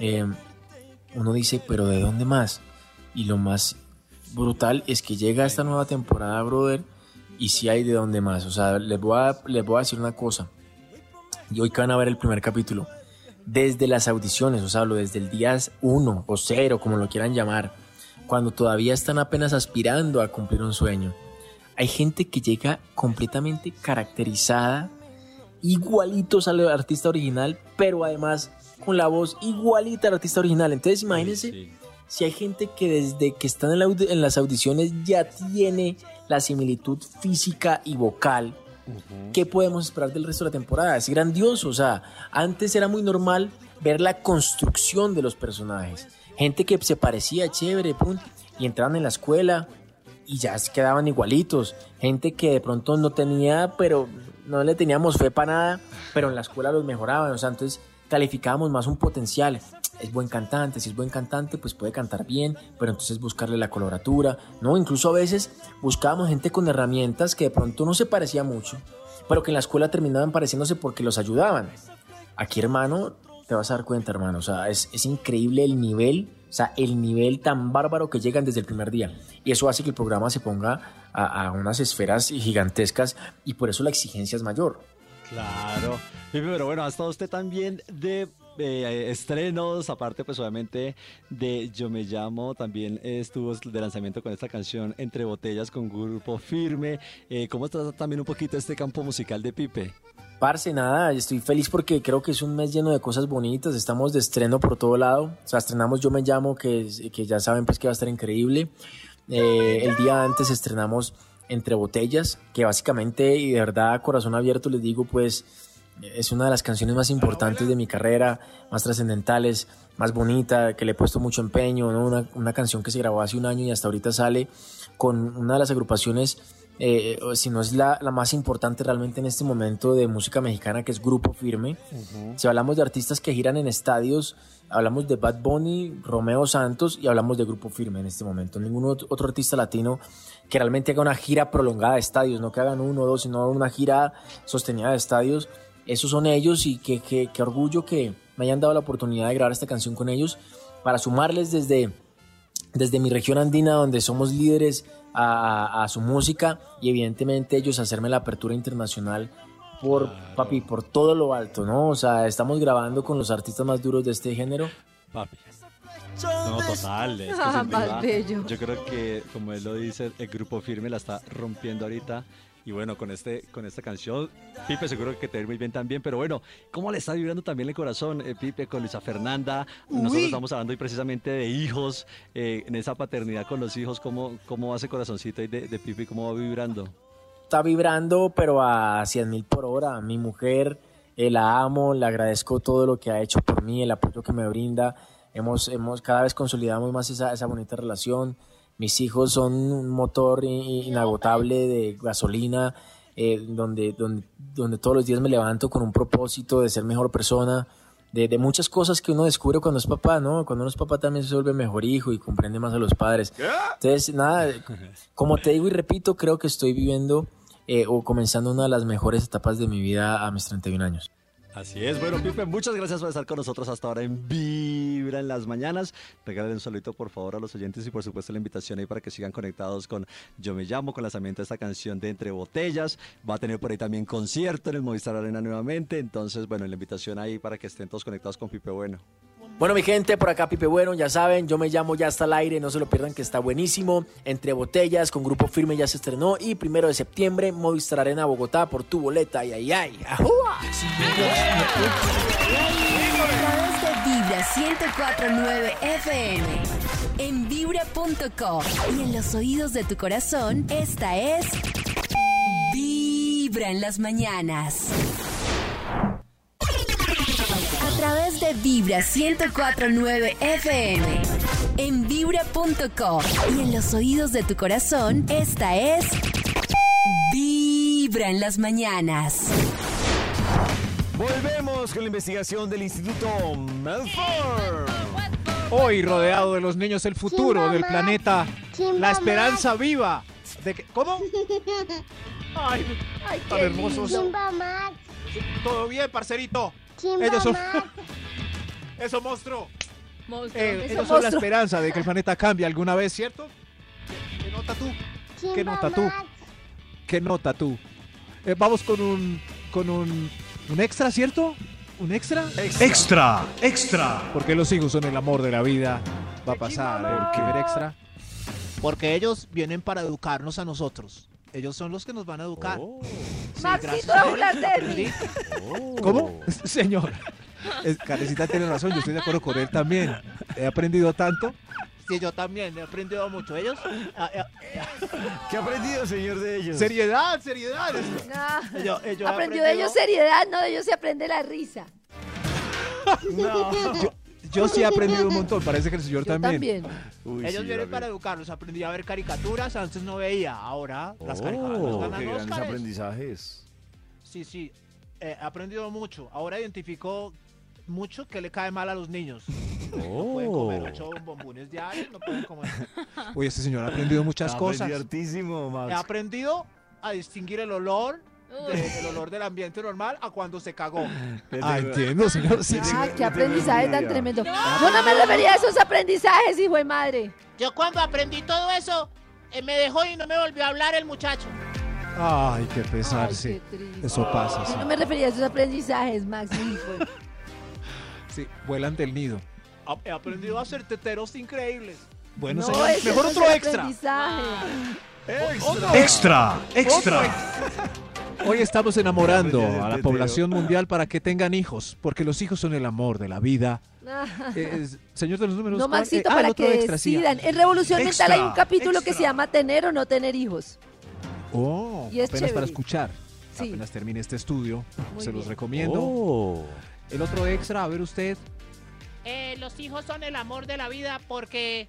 Speaker 24: eh, uno dice, pero ¿de dónde más? Y lo más brutal es que llega esta nueva temporada, brother, y si hay de dónde más. O sea, les voy a, les voy a decir una cosa. Y hoy que van a ver el primer capítulo. Desde las audiciones, o sea, hablo desde el día 1 o 0, como lo quieran llamar, cuando todavía están apenas aspirando a cumplir un sueño. Hay gente que llega completamente caracterizada, igualitos al artista original, pero además con la voz igualita al artista original. Entonces imagínense si hay gente que desde que están en, la audi- en las audiciones ya tiene la similitud física y vocal. ¿Qué podemos esperar del resto de la temporada? Es grandioso, o sea, antes era muy normal ver la construcción de los personajes. Gente que se parecía chévere, pum, y entraban en la escuela, y ya se quedaban igualitos. Gente que de pronto no tenía, pero no le teníamos fe para nada, pero en la escuela los mejoraban. O sea, entonces calificábamos más un potencial. Es buen cantante, si es buen cantante, pues puede cantar bien, pero entonces buscarle la coloratura. No, incluso a veces buscábamos gente con herramientas que de pronto no se parecía mucho, pero que en la escuela terminaban pareciéndose porque los ayudaban. Aquí, hermano, te vas a dar cuenta, hermano. O sea, es, es increíble el nivel, o sea, el nivel tan bárbaro que llegan desde el primer día. Y eso hace que el programa se ponga a, a unas esferas gigantescas y por eso la exigencia es mayor.
Speaker 5: Claro. Pipe, Pero bueno, ha estado usted también de eh, estrenos, aparte pues obviamente de Yo Me Llamo, también estuvo de lanzamiento con esta canción Entre Botellas con Grupo Firme. Eh, ¿Cómo está también un poquito este campo musical de Pipe?
Speaker 24: Parce, nada, estoy feliz porque creo que es un mes lleno de cosas bonitas. Estamos de estreno por todo lado. O sea, estrenamos Yo Me Llamo, que, es- que ya saben pues que va a estar increíble. Eh, el día antes estrenamos Entre Botellas, que básicamente y de verdad a corazón abierto les digo pues es una de las canciones más importantes de mi carrera, más trascendentales, más bonita, que le he puesto mucho empeño, ¿no? una, una canción que se grabó hace un año y hasta ahorita sale con una de las agrupaciones eh, o si no es la, la más importante realmente en este momento de música mexicana, que es Grupo Firme. Si hablamos de artistas que giran en estadios, hablamos de Bad Bunny, Romeo Santos y hablamos de Grupo Firme en este momento. Ningún ot- otro artista latino que realmente haga una gira prolongada de estadios, no que hagan uno o dos, sino una gira sostenida de estadios. Esos son ellos y qué que, qué orgullo que me hayan dado la oportunidad de grabar esta canción con ellos para sumarles desde desde mi región andina, donde somos líderes a, a- a su música y evidentemente ellos hacerme la apertura internacional por papi, por todo lo alto, ¿no? O sea, estamos grabando con los artistas más duros de este género.
Speaker 5: Papi. No, total. es que
Speaker 3: Ah,
Speaker 5: sin duda,
Speaker 3: más bello.
Speaker 5: Yo creo que, como él lo dice, el grupo firme la está rompiendo ahorita. Y bueno, con, este, con esta canción, Pipe seguro que te va a ir muy bien también. Pero bueno, ¿cómo le está vibrando también el corazón, eh, Pipe, con Luisa Fernanda? Nosotros
Speaker 12: Uy.
Speaker 5: estamos hablando hoy precisamente de hijos, eh, en esa paternidad con los hijos, ¿cómo, cómo va ese corazoncito ahí de, de Pipe? ¿Cómo va vibrando?
Speaker 24: Está vibrando, pero a 100 mil por hora. Mi mujer, eh, la amo, le agradezco todo lo que ha hecho por mí, el apoyo que me brinda. Hemos, hemos, cada vez consolidamos más esa, esa bonita relación. Mis hijos son un motor i- inagotable de gasolina, eh, donde, donde, donde todos los días me levanto con un propósito de ser mejor persona, de, de muchas cosas que uno descubre cuando es papá, ¿no? Cuando uno es papá también se vuelve mejor hijo y comprende más a los padres. Entonces, nada, como te digo y repito, creo que estoy viviendo eh, o comenzando una de las mejores etapas de mi vida a mis 31 años.
Speaker 5: Así es, bueno, Pipe, muchas gracias por estar con nosotros hasta ahora en Vibra en las Mañanas. Regalen un saludito, por favor, a los oyentes y, por supuesto, la invitación ahí para que sigan conectados con Yo Me Llamo, con lanzamiento de esta canción de Entre Botellas. Va a tener por ahí también concierto en el Movistar Arena nuevamente. Entonces, bueno, la invitación ahí para que estén todos conectados con Pipe Bueno.
Speaker 24: Bueno, mi gente, por acá Pipe Bueno, ya saben, yo me llamo Ya está al aire, no se lo pierdan que está buenísimo. Entre botellas, con grupo firme ya se estrenó y primero de septiembre, Movistar Arena Bogotá por tu boleta, ay, ay, ay. ¡Ajúa!
Speaker 6: A través de Vibra 1049 FM, en vibra.com y en los oídos de tu corazón, esta es Vibra en las mañanas. A través de Vibra 1049 FM, en vibra.com y en los oídos de tu corazón, esta es Vibra en las mañanas.
Speaker 2: Volvemos con la investigación del Instituto Melford.
Speaker 1: Hoy rodeado de los niños el futuro del planeta, la esperanza viva de que ¿Cómo? Ay, tan hermosos. Todo bien, parcerito. Ellos son Eso monstruo. Eh, ellos son la esperanza de que el planeta cambie alguna vez, ¿cierto? ¿Qué nota tú? ¿Qué nota tú? ¿Qué nota tú? Eh, vamos con un con un un extra, ¿cierto? ¿Un extra?
Speaker 17: Extra, extra.
Speaker 1: Porque los hijos son el amor de la vida. Va a pasar el primer extra.
Speaker 23: Porque ellos vienen para educarnos a nosotros. Ellos son los que nos van a educar.
Speaker 12: Oh.
Speaker 23: Sí, gracias
Speaker 3: Maxito,
Speaker 23: a ellos
Speaker 3: hablas de
Speaker 23: aprendí.
Speaker 3: mí.
Speaker 1: ¿Cómo?
Speaker 17: Oh.
Speaker 1: Señor. Es- Karencita tiene razón, yo estoy de acuerdo con él también. He aprendido tanto.
Speaker 23: Sí, yo también he aprendido mucho. Ellos. Ah, eh,
Speaker 2: ¿Qué ha aprendido, señor, de ellos?
Speaker 23: Seriedad, seriedad. Yo- eh, yo he
Speaker 3: aprendió de
Speaker 23: aprendido-
Speaker 3: ellos seriedad, no de ellos se aprende la risa.
Speaker 1: Yo, yo sí he aprendido un montón, parece que el señor también. Uy,
Speaker 23: ellos
Speaker 1: sí,
Speaker 23: vienen
Speaker 1: yo
Speaker 23: para educarnos. Aprendí a ver caricaturas. Antes no veía. Ahora las caricaturas nos
Speaker 2: Oh,
Speaker 23: ganan
Speaker 2: qué grandes
Speaker 23: Óscares.
Speaker 2: aprendizajes.
Speaker 23: Sí, sí. eh, he aprendido mucho. Ahora identifico mucho que le cae mal a los niños.
Speaker 2: Oh.
Speaker 23: No pueden
Speaker 1: Oh.
Speaker 23: comer ocho bombones diarios. No pueden comer.
Speaker 1: Uy, este señor ha aprendido muchas
Speaker 23: pues,
Speaker 1: cosas.
Speaker 2: hartísimo,
Speaker 23: He
Speaker 2: Max.
Speaker 23: aprendido a distinguir el olor de- el olor del ambiente normal a cuando se cagó.
Speaker 1: Ah, entiendo, señor. Sí, sí.
Speaker 23: Ah,
Speaker 3: Qué aprendizaje tan tremendo. Yo no me refería a esos aprendizajes, hijo de madre.
Speaker 14: Yo cuando aprendí todo eso, eh, me dejó y no me volvió a hablar el muchacho.
Speaker 1: Ay, qué pesar, sí. Eso pasa, Ah, sí.
Speaker 3: Yo no me refería a esos aprendizajes, Max. mi hijo.
Speaker 1: Sí, vuelan del nido.
Speaker 23: A- He aprendido a hacer teteros increíbles.
Speaker 1: Bueno,
Speaker 23: No,
Speaker 1: señor.
Speaker 23: ese
Speaker 1: Mejor
Speaker 23: no es
Speaker 1: otro
Speaker 23: el
Speaker 1: extra.
Speaker 23: Otro.
Speaker 1: Extra,
Speaker 23: Otro
Speaker 1: extra.
Speaker 23: extra.
Speaker 1: Hoy estamos enamorando a la población mundial para que tengan hijos, porque los hijos son el amor de la vida. Eh, es- señor de los números.
Speaker 3: No,
Speaker 1: ¿cuál?
Speaker 3: Maxito,
Speaker 1: Eh, ah, el
Speaker 3: para
Speaker 1: otro
Speaker 3: que
Speaker 1: extra, sí.
Speaker 3: decidan. En Revolución Mental
Speaker 1: Extra,
Speaker 3: hay un capítulo que se llama Tener o no tener hijos.
Speaker 1: Oh,
Speaker 3: Y es
Speaker 1: apenas para
Speaker 3: chévere.
Speaker 1: escuchar.
Speaker 3: Sí.
Speaker 1: Apenas termine este estudio,
Speaker 3: Muy
Speaker 1: se los
Speaker 3: bien.
Speaker 1: recomiendo. El otro extra, a ver usted.
Speaker 14: Eh, los hijos son el amor de la vida porque...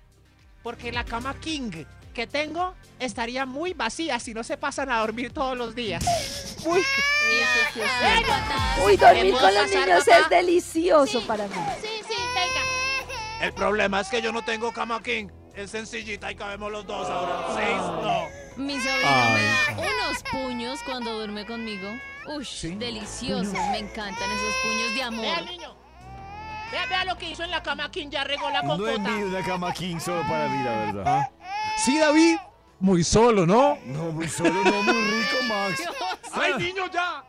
Speaker 14: Porque la cama king que tengo estaría muy vacía si no se pasan a dormir todos los días. Muy.
Speaker 3: Uy, dormir con los niños es delicioso para mí.
Speaker 25: sí, venga.
Speaker 4: El problema es que yo no tengo cama king. Es sencillita y cabemos los dos ahora. Seis, no.
Speaker 13: Mi sobrino
Speaker 4: Ay.
Speaker 13: me da unos puños cuando duerme conmigo. Uy, deliciosos.
Speaker 14: Puños.
Speaker 13: Me encantan esos puños de amor.
Speaker 14: Vea, niño. Vea, vea lo que hizo en la cama quien ya regó la
Speaker 2: No
Speaker 14: compota.
Speaker 2: envío una cama king solo para mí, la verdad.
Speaker 1: Ah. Sí, David. Muy solo, ¿no?
Speaker 2: No, muy solo, no, muy rico, Max.
Speaker 4: ¡Ay, niño, ya!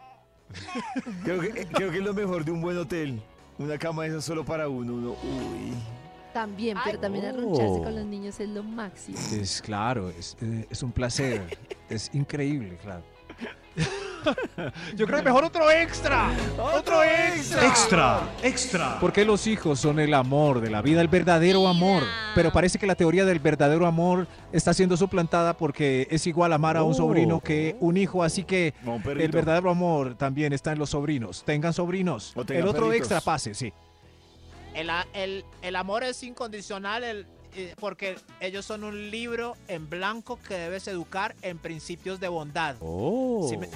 Speaker 2: Creo que, eh, creo que es lo mejor de un buen hotel. Una cama esa solo para uno. uno uy.
Speaker 3: También, pero también arruncharse
Speaker 1: Oh.
Speaker 3: con los niños es lo máximo.
Speaker 1: Es claro, es, eh, es un placer. es increíble, claro.
Speaker 4: Yo creo que mejor otro extra. Otro extra.
Speaker 1: extra. Porque los hijos son el amor de la vida, el verdadero amor. Pero parece que la teoría del verdadero amor está siendo suplantada porque es igual amar a un
Speaker 2: Oh.
Speaker 1: sobrino que un hijo. Así que
Speaker 2: No, un perrito.
Speaker 1: el verdadero amor también está en los sobrinos. Tengan sobrinos.
Speaker 2: tengan
Speaker 1: el otro
Speaker 2: perritos.
Speaker 1: extra pase, sí.
Speaker 14: El, a- el- el amor es incondicional el- eh, porque ellos son un libro en blanco que debes educar en principios de bondad.
Speaker 1: Oh.
Speaker 14: Si me-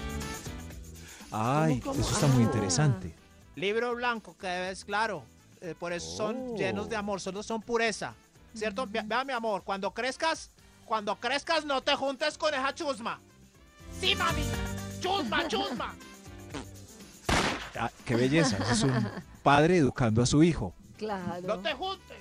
Speaker 1: Ay, eso está muy interesante.
Speaker 14: libro blanco que debes, claro. eh, por eso
Speaker 1: Oh.
Speaker 14: son llenos de amor, solo son pureza. ¿Cierto?
Speaker 1: Mm.
Speaker 14: Ve- Vea, mi amor, cuando crezcas, cuando crezcas no te juntes con esa chusma. Sí, mami. Chusma, chusma.
Speaker 1: Ah, qué belleza. ese Es un padre educando a su hijo.
Speaker 3: Claro.
Speaker 14: No te juntes.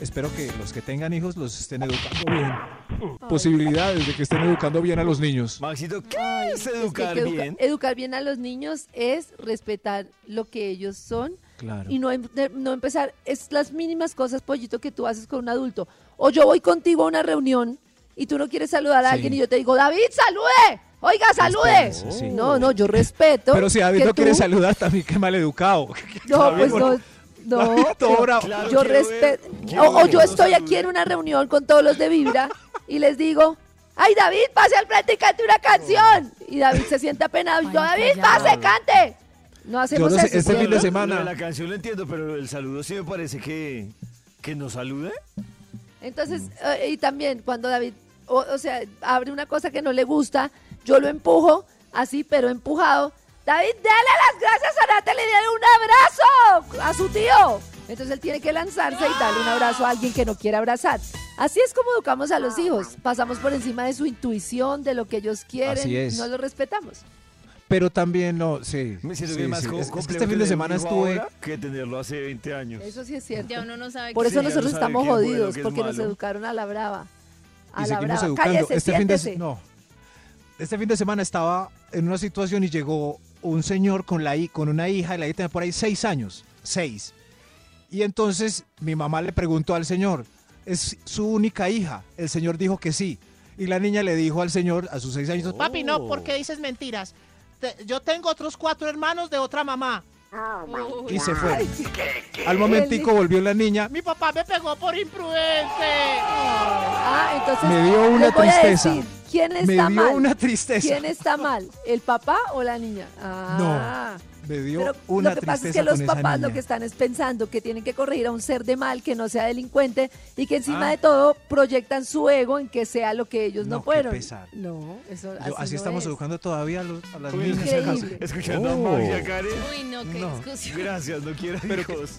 Speaker 1: Espero que los que tengan hijos los estén educando bien. Posibilidades de que estén educando bien a los niños.
Speaker 2: Maxito, ¿qué es
Speaker 3: Es que
Speaker 2: educar
Speaker 3: educa-
Speaker 2: bien?
Speaker 3: Educar bien a los niños es respetar lo que ellos son
Speaker 1: Claro.
Speaker 3: y no, em- de- no empezar. Es las mínimas cosas, pollito, que tú haces con un adulto. O yo voy contigo a una reunión y tú no quieres saludar a
Speaker 1: Sí.
Speaker 3: alguien y yo te digo, David, salude. Oiga, salude.
Speaker 1: Respeto, sí.
Speaker 3: No, no, yo respeto.
Speaker 1: Pero si David
Speaker 3: que
Speaker 1: no quiere
Speaker 3: tú-
Speaker 1: saludar, también qué mal educado.
Speaker 3: No, pues no. No,
Speaker 1: David, todo
Speaker 3: pero
Speaker 1: bravo.
Speaker 3: yo
Speaker 1: Claro, quiero
Speaker 3: respeto.
Speaker 1: quiero
Speaker 3: O, o
Speaker 1: ver,
Speaker 3: yo
Speaker 1: no
Speaker 3: estoy aquí en una reunión con todos los de Vibra y les digo, ay David, pase al frente y cante una canción. Y David se siente apenado. y yo, David, pase, cante. No hacemos
Speaker 2: Yo no sé,
Speaker 3: eso.
Speaker 2: este
Speaker 3: ¿sí?
Speaker 2: fin de semana. la canción lo entiendo, pero el saludo sí me parece que. ¿Que nos salude?
Speaker 3: Entonces, eh, y también cuando David, o, o sea, abre una cosa que no le gusta, yo lo empujo, así, pero empujado. David, dale las gracias a Natalie, dale un abrazo a su tío. Entonces él tiene que lanzarse y darle un abrazo a alguien que no quiere abrazar. Así es como educamos a los hijos. Pasamos por encima de su intuición, de lo que ellos quieren.
Speaker 1: Ah, Así es.
Speaker 3: No lo respetamos.
Speaker 1: Pero también no, sí.
Speaker 2: Siento
Speaker 1: sí,
Speaker 2: que más
Speaker 1: sí.
Speaker 2: co-
Speaker 1: Es- es que
Speaker 2: complejo
Speaker 1: este fin de
Speaker 2: tener un
Speaker 1: semana
Speaker 2: hijo
Speaker 1: estuve.
Speaker 2: ahora que tenerlo hace 20 años.
Speaker 3: Eso sí es cierto.
Speaker 13: Ya uno no sabe
Speaker 3: Por
Speaker 13: qué
Speaker 3: eso
Speaker 13: es.
Speaker 3: nosotros
Speaker 2: no sabe
Speaker 3: estamos
Speaker 2: qué es bueno,
Speaker 3: jodidos,
Speaker 2: qué es
Speaker 3: porque nos
Speaker 2: malo.
Speaker 3: educaron a la brava. A la
Speaker 1: y seguimos
Speaker 3: brava.
Speaker 1: educando.
Speaker 3: Cállese,
Speaker 1: este fin de se-
Speaker 3: siéntese.
Speaker 1: no. Este fin de semana estaba en una situación y llegó un señor con la hi- con una hija y la hija tenía por ahí seis años, seis. Y entonces mi mamá le preguntó al señor, ¿es su única hija? El señor dijo que sí. Y la niña le dijo al señor a sus seis años,
Speaker 14: Papi, no, porque dices mentiras. Te- yo tengo otros cuatro hermanos de otra mamá.
Speaker 1: Y se fue. Al momentico volvió la niña,
Speaker 14: Mi papá me pegó por imprudente.
Speaker 3: Ah, entonces
Speaker 1: Me dio una
Speaker 3: les voy a
Speaker 1: tristeza.
Speaker 3: decir, ¿Quién
Speaker 1: Me
Speaker 3: está mal?
Speaker 1: dio una tristeza.
Speaker 3: ¿Quién está mal? ¿El papá o la niña? Ah.
Speaker 1: me dio
Speaker 3: Pero
Speaker 1: una
Speaker 3: lo que
Speaker 1: tristeza
Speaker 3: pasa es que los
Speaker 1: con esa
Speaker 3: papás lo
Speaker 1: niña.
Speaker 3: que están es pensando que tienen que corregir a un ser de mal que no sea delincuente y que encima
Speaker 1: Ah.
Speaker 3: de todo proyectan su ego en que sea lo que ellos no,
Speaker 1: No, qué
Speaker 3: fueron.
Speaker 1: pesar.
Speaker 3: No, eso
Speaker 1: Yo- así
Speaker 3: no
Speaker 1: estamos
Speaker 3: es.
Speaker 1: educando todavía a, los- a las
Speaker 2: Uy,
Speaker 1: niñas. Oh.
Speaker 2: Increíble. escuchando a Max y a Karen.
Speaker 13: Uy, no, qué
Speaker 1: No.
Speaker 13: discusión.
Speaker 2: Gracias, no quiero hijos.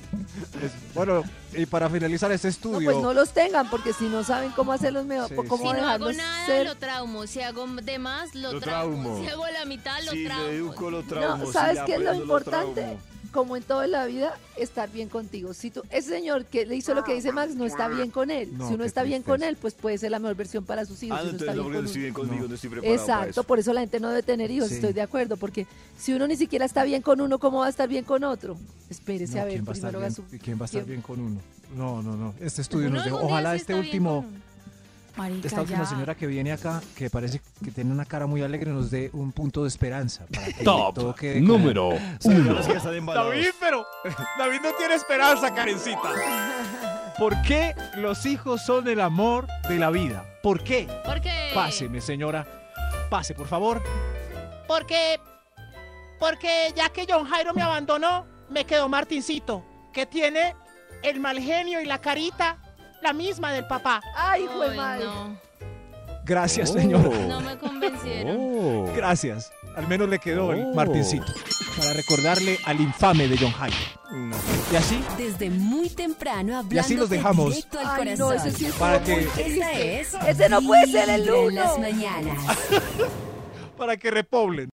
Speaker 1: Bueno, y para finalizar este
Speaker 3: No,
Speaker 1: estudio,
Speaker 3: pues no los tengan, porque si no saben cómo hacerlos mejor,
Speaker 1: Sí,
Speaker 3: cómo
Speaker 1: sí.
Speaker 13: Si no hago
Speaker 3: dejarlos
Speaker 13: nada,
Speaker 3: ser.
Speaker 13: lo traumo. Si hago de más, lo,
Speaker 2: Lo
Speaker 13: traumo.
Speaker 2: traumo.
Speaker 13: Si hago la mitad, lo
Speaker 2: Si
Speaker 13: traumo.
Speaker 2: lo educo, lo traumo.
Speaker 3: No,
Speaker 2: si
Speaker 3: ¿sabes
Speaker 2: le
Speaker 3: qué es lo
Speaker 2: aprendo,
Speaker 3: importante?
Speaker 2: traumo.
Speaker 3: Como en toda la vida, estar bien contigo. Si tú, ese señor que le hizo lo
Speaker 2: Ah,
Speaker 3: que dice Max no está bien con él.
Speaker 2: No,
Speaker 3: si uno
Speaker 2: qué
Speaker 3: está bien con él, pues puede ser la mejor versión para sus hijos.
Speaker 2: Ah,
Speaker 3: si
Speaker 2: no,
Speaker 3: uno está
Speaker 2: entonces no, porque no
Speaker 3: bien con
Speaker 2: estoy
Speaker 3: uno.
Speaker 2: bien conmigo, no estoy preparado para
Speaker 3: Exacto,
Speaker 2: eso.
Speaker 3: por eso la gente no debe tener hijos,
Speaker 2: Sí.
Speaker 3: estoy de acuerdo, porque si uno ni siquiera está bien con uno, ¿cómo va a estar bien con otro? Espérese
Speaker 1: No,
Speaker 3: a ver,
Speaker 1: ¿quién, va a estar
Speaker 3: primero haga
Speaker 1: bien,
Speaker 3: su-
Speaker 1: y quién va a estar
Speaker 3: ¿quién?
Speaker 1: bien con uno? No, no, no. Este estudio
Speaker 3: Uno
Speaker 1: nos dejó.
Speaker 3: algún día
Speaker 1: Ojalá
Speaker 3: sí
Speaker 1: este
Speaker 3: está bien
Speaker 1: último,
Speaker 13: Marica,
Speaker 1: esta última
Speaker 13: ya.
Speaker 1: señora que viene acá, que parece que tiene una cara muy alegre, nos dé un punto de esperanza. Para que
Speaker 26: Top
Speaker 1: todo quede claro.
Speaker 26: número uno.
Speaker 4: David, pero David no tiene esperanza, Karencita.
Speaker 1: ¿Por qué los hijos son el amor de la vida? ¿Por qué?
Speaker 13: Porque
Speaker 1: Páseme, señora. Pase, por favor.
Speaker 14: Porque, porque ya que John Jairo me abandonó, me quedó Martincito, que tiene el mal genio y la carita la misma del papá.
Speaker 3: Ay, hijo de madre.
Speaker 1: Gracias,
Speaker 2: Oh.
Speaker 1: señor.
Speaker 13: No me convencieron.
Speaker 1: Gracias. Al menos le quedó el martincito. Para recordarle al infame de John Hyde. Y así,
Speaker 6: Desde muy temprano hablando
Speaker 1: Y así los dejamos.
Speaker 6: directo al
Speaker 3: Ay, no,
Speaker 6: corazón.
Speaker 3: ese sí estuvo
Speaker 1: Para muy que-
Speaker 6: Esta es
Speaker 3: Ese no puede ser el
Speaker 6: Vibra en
Speaker 3: uno.
Speaker 6: las mañanas.
Speaker 1: para que repoblen.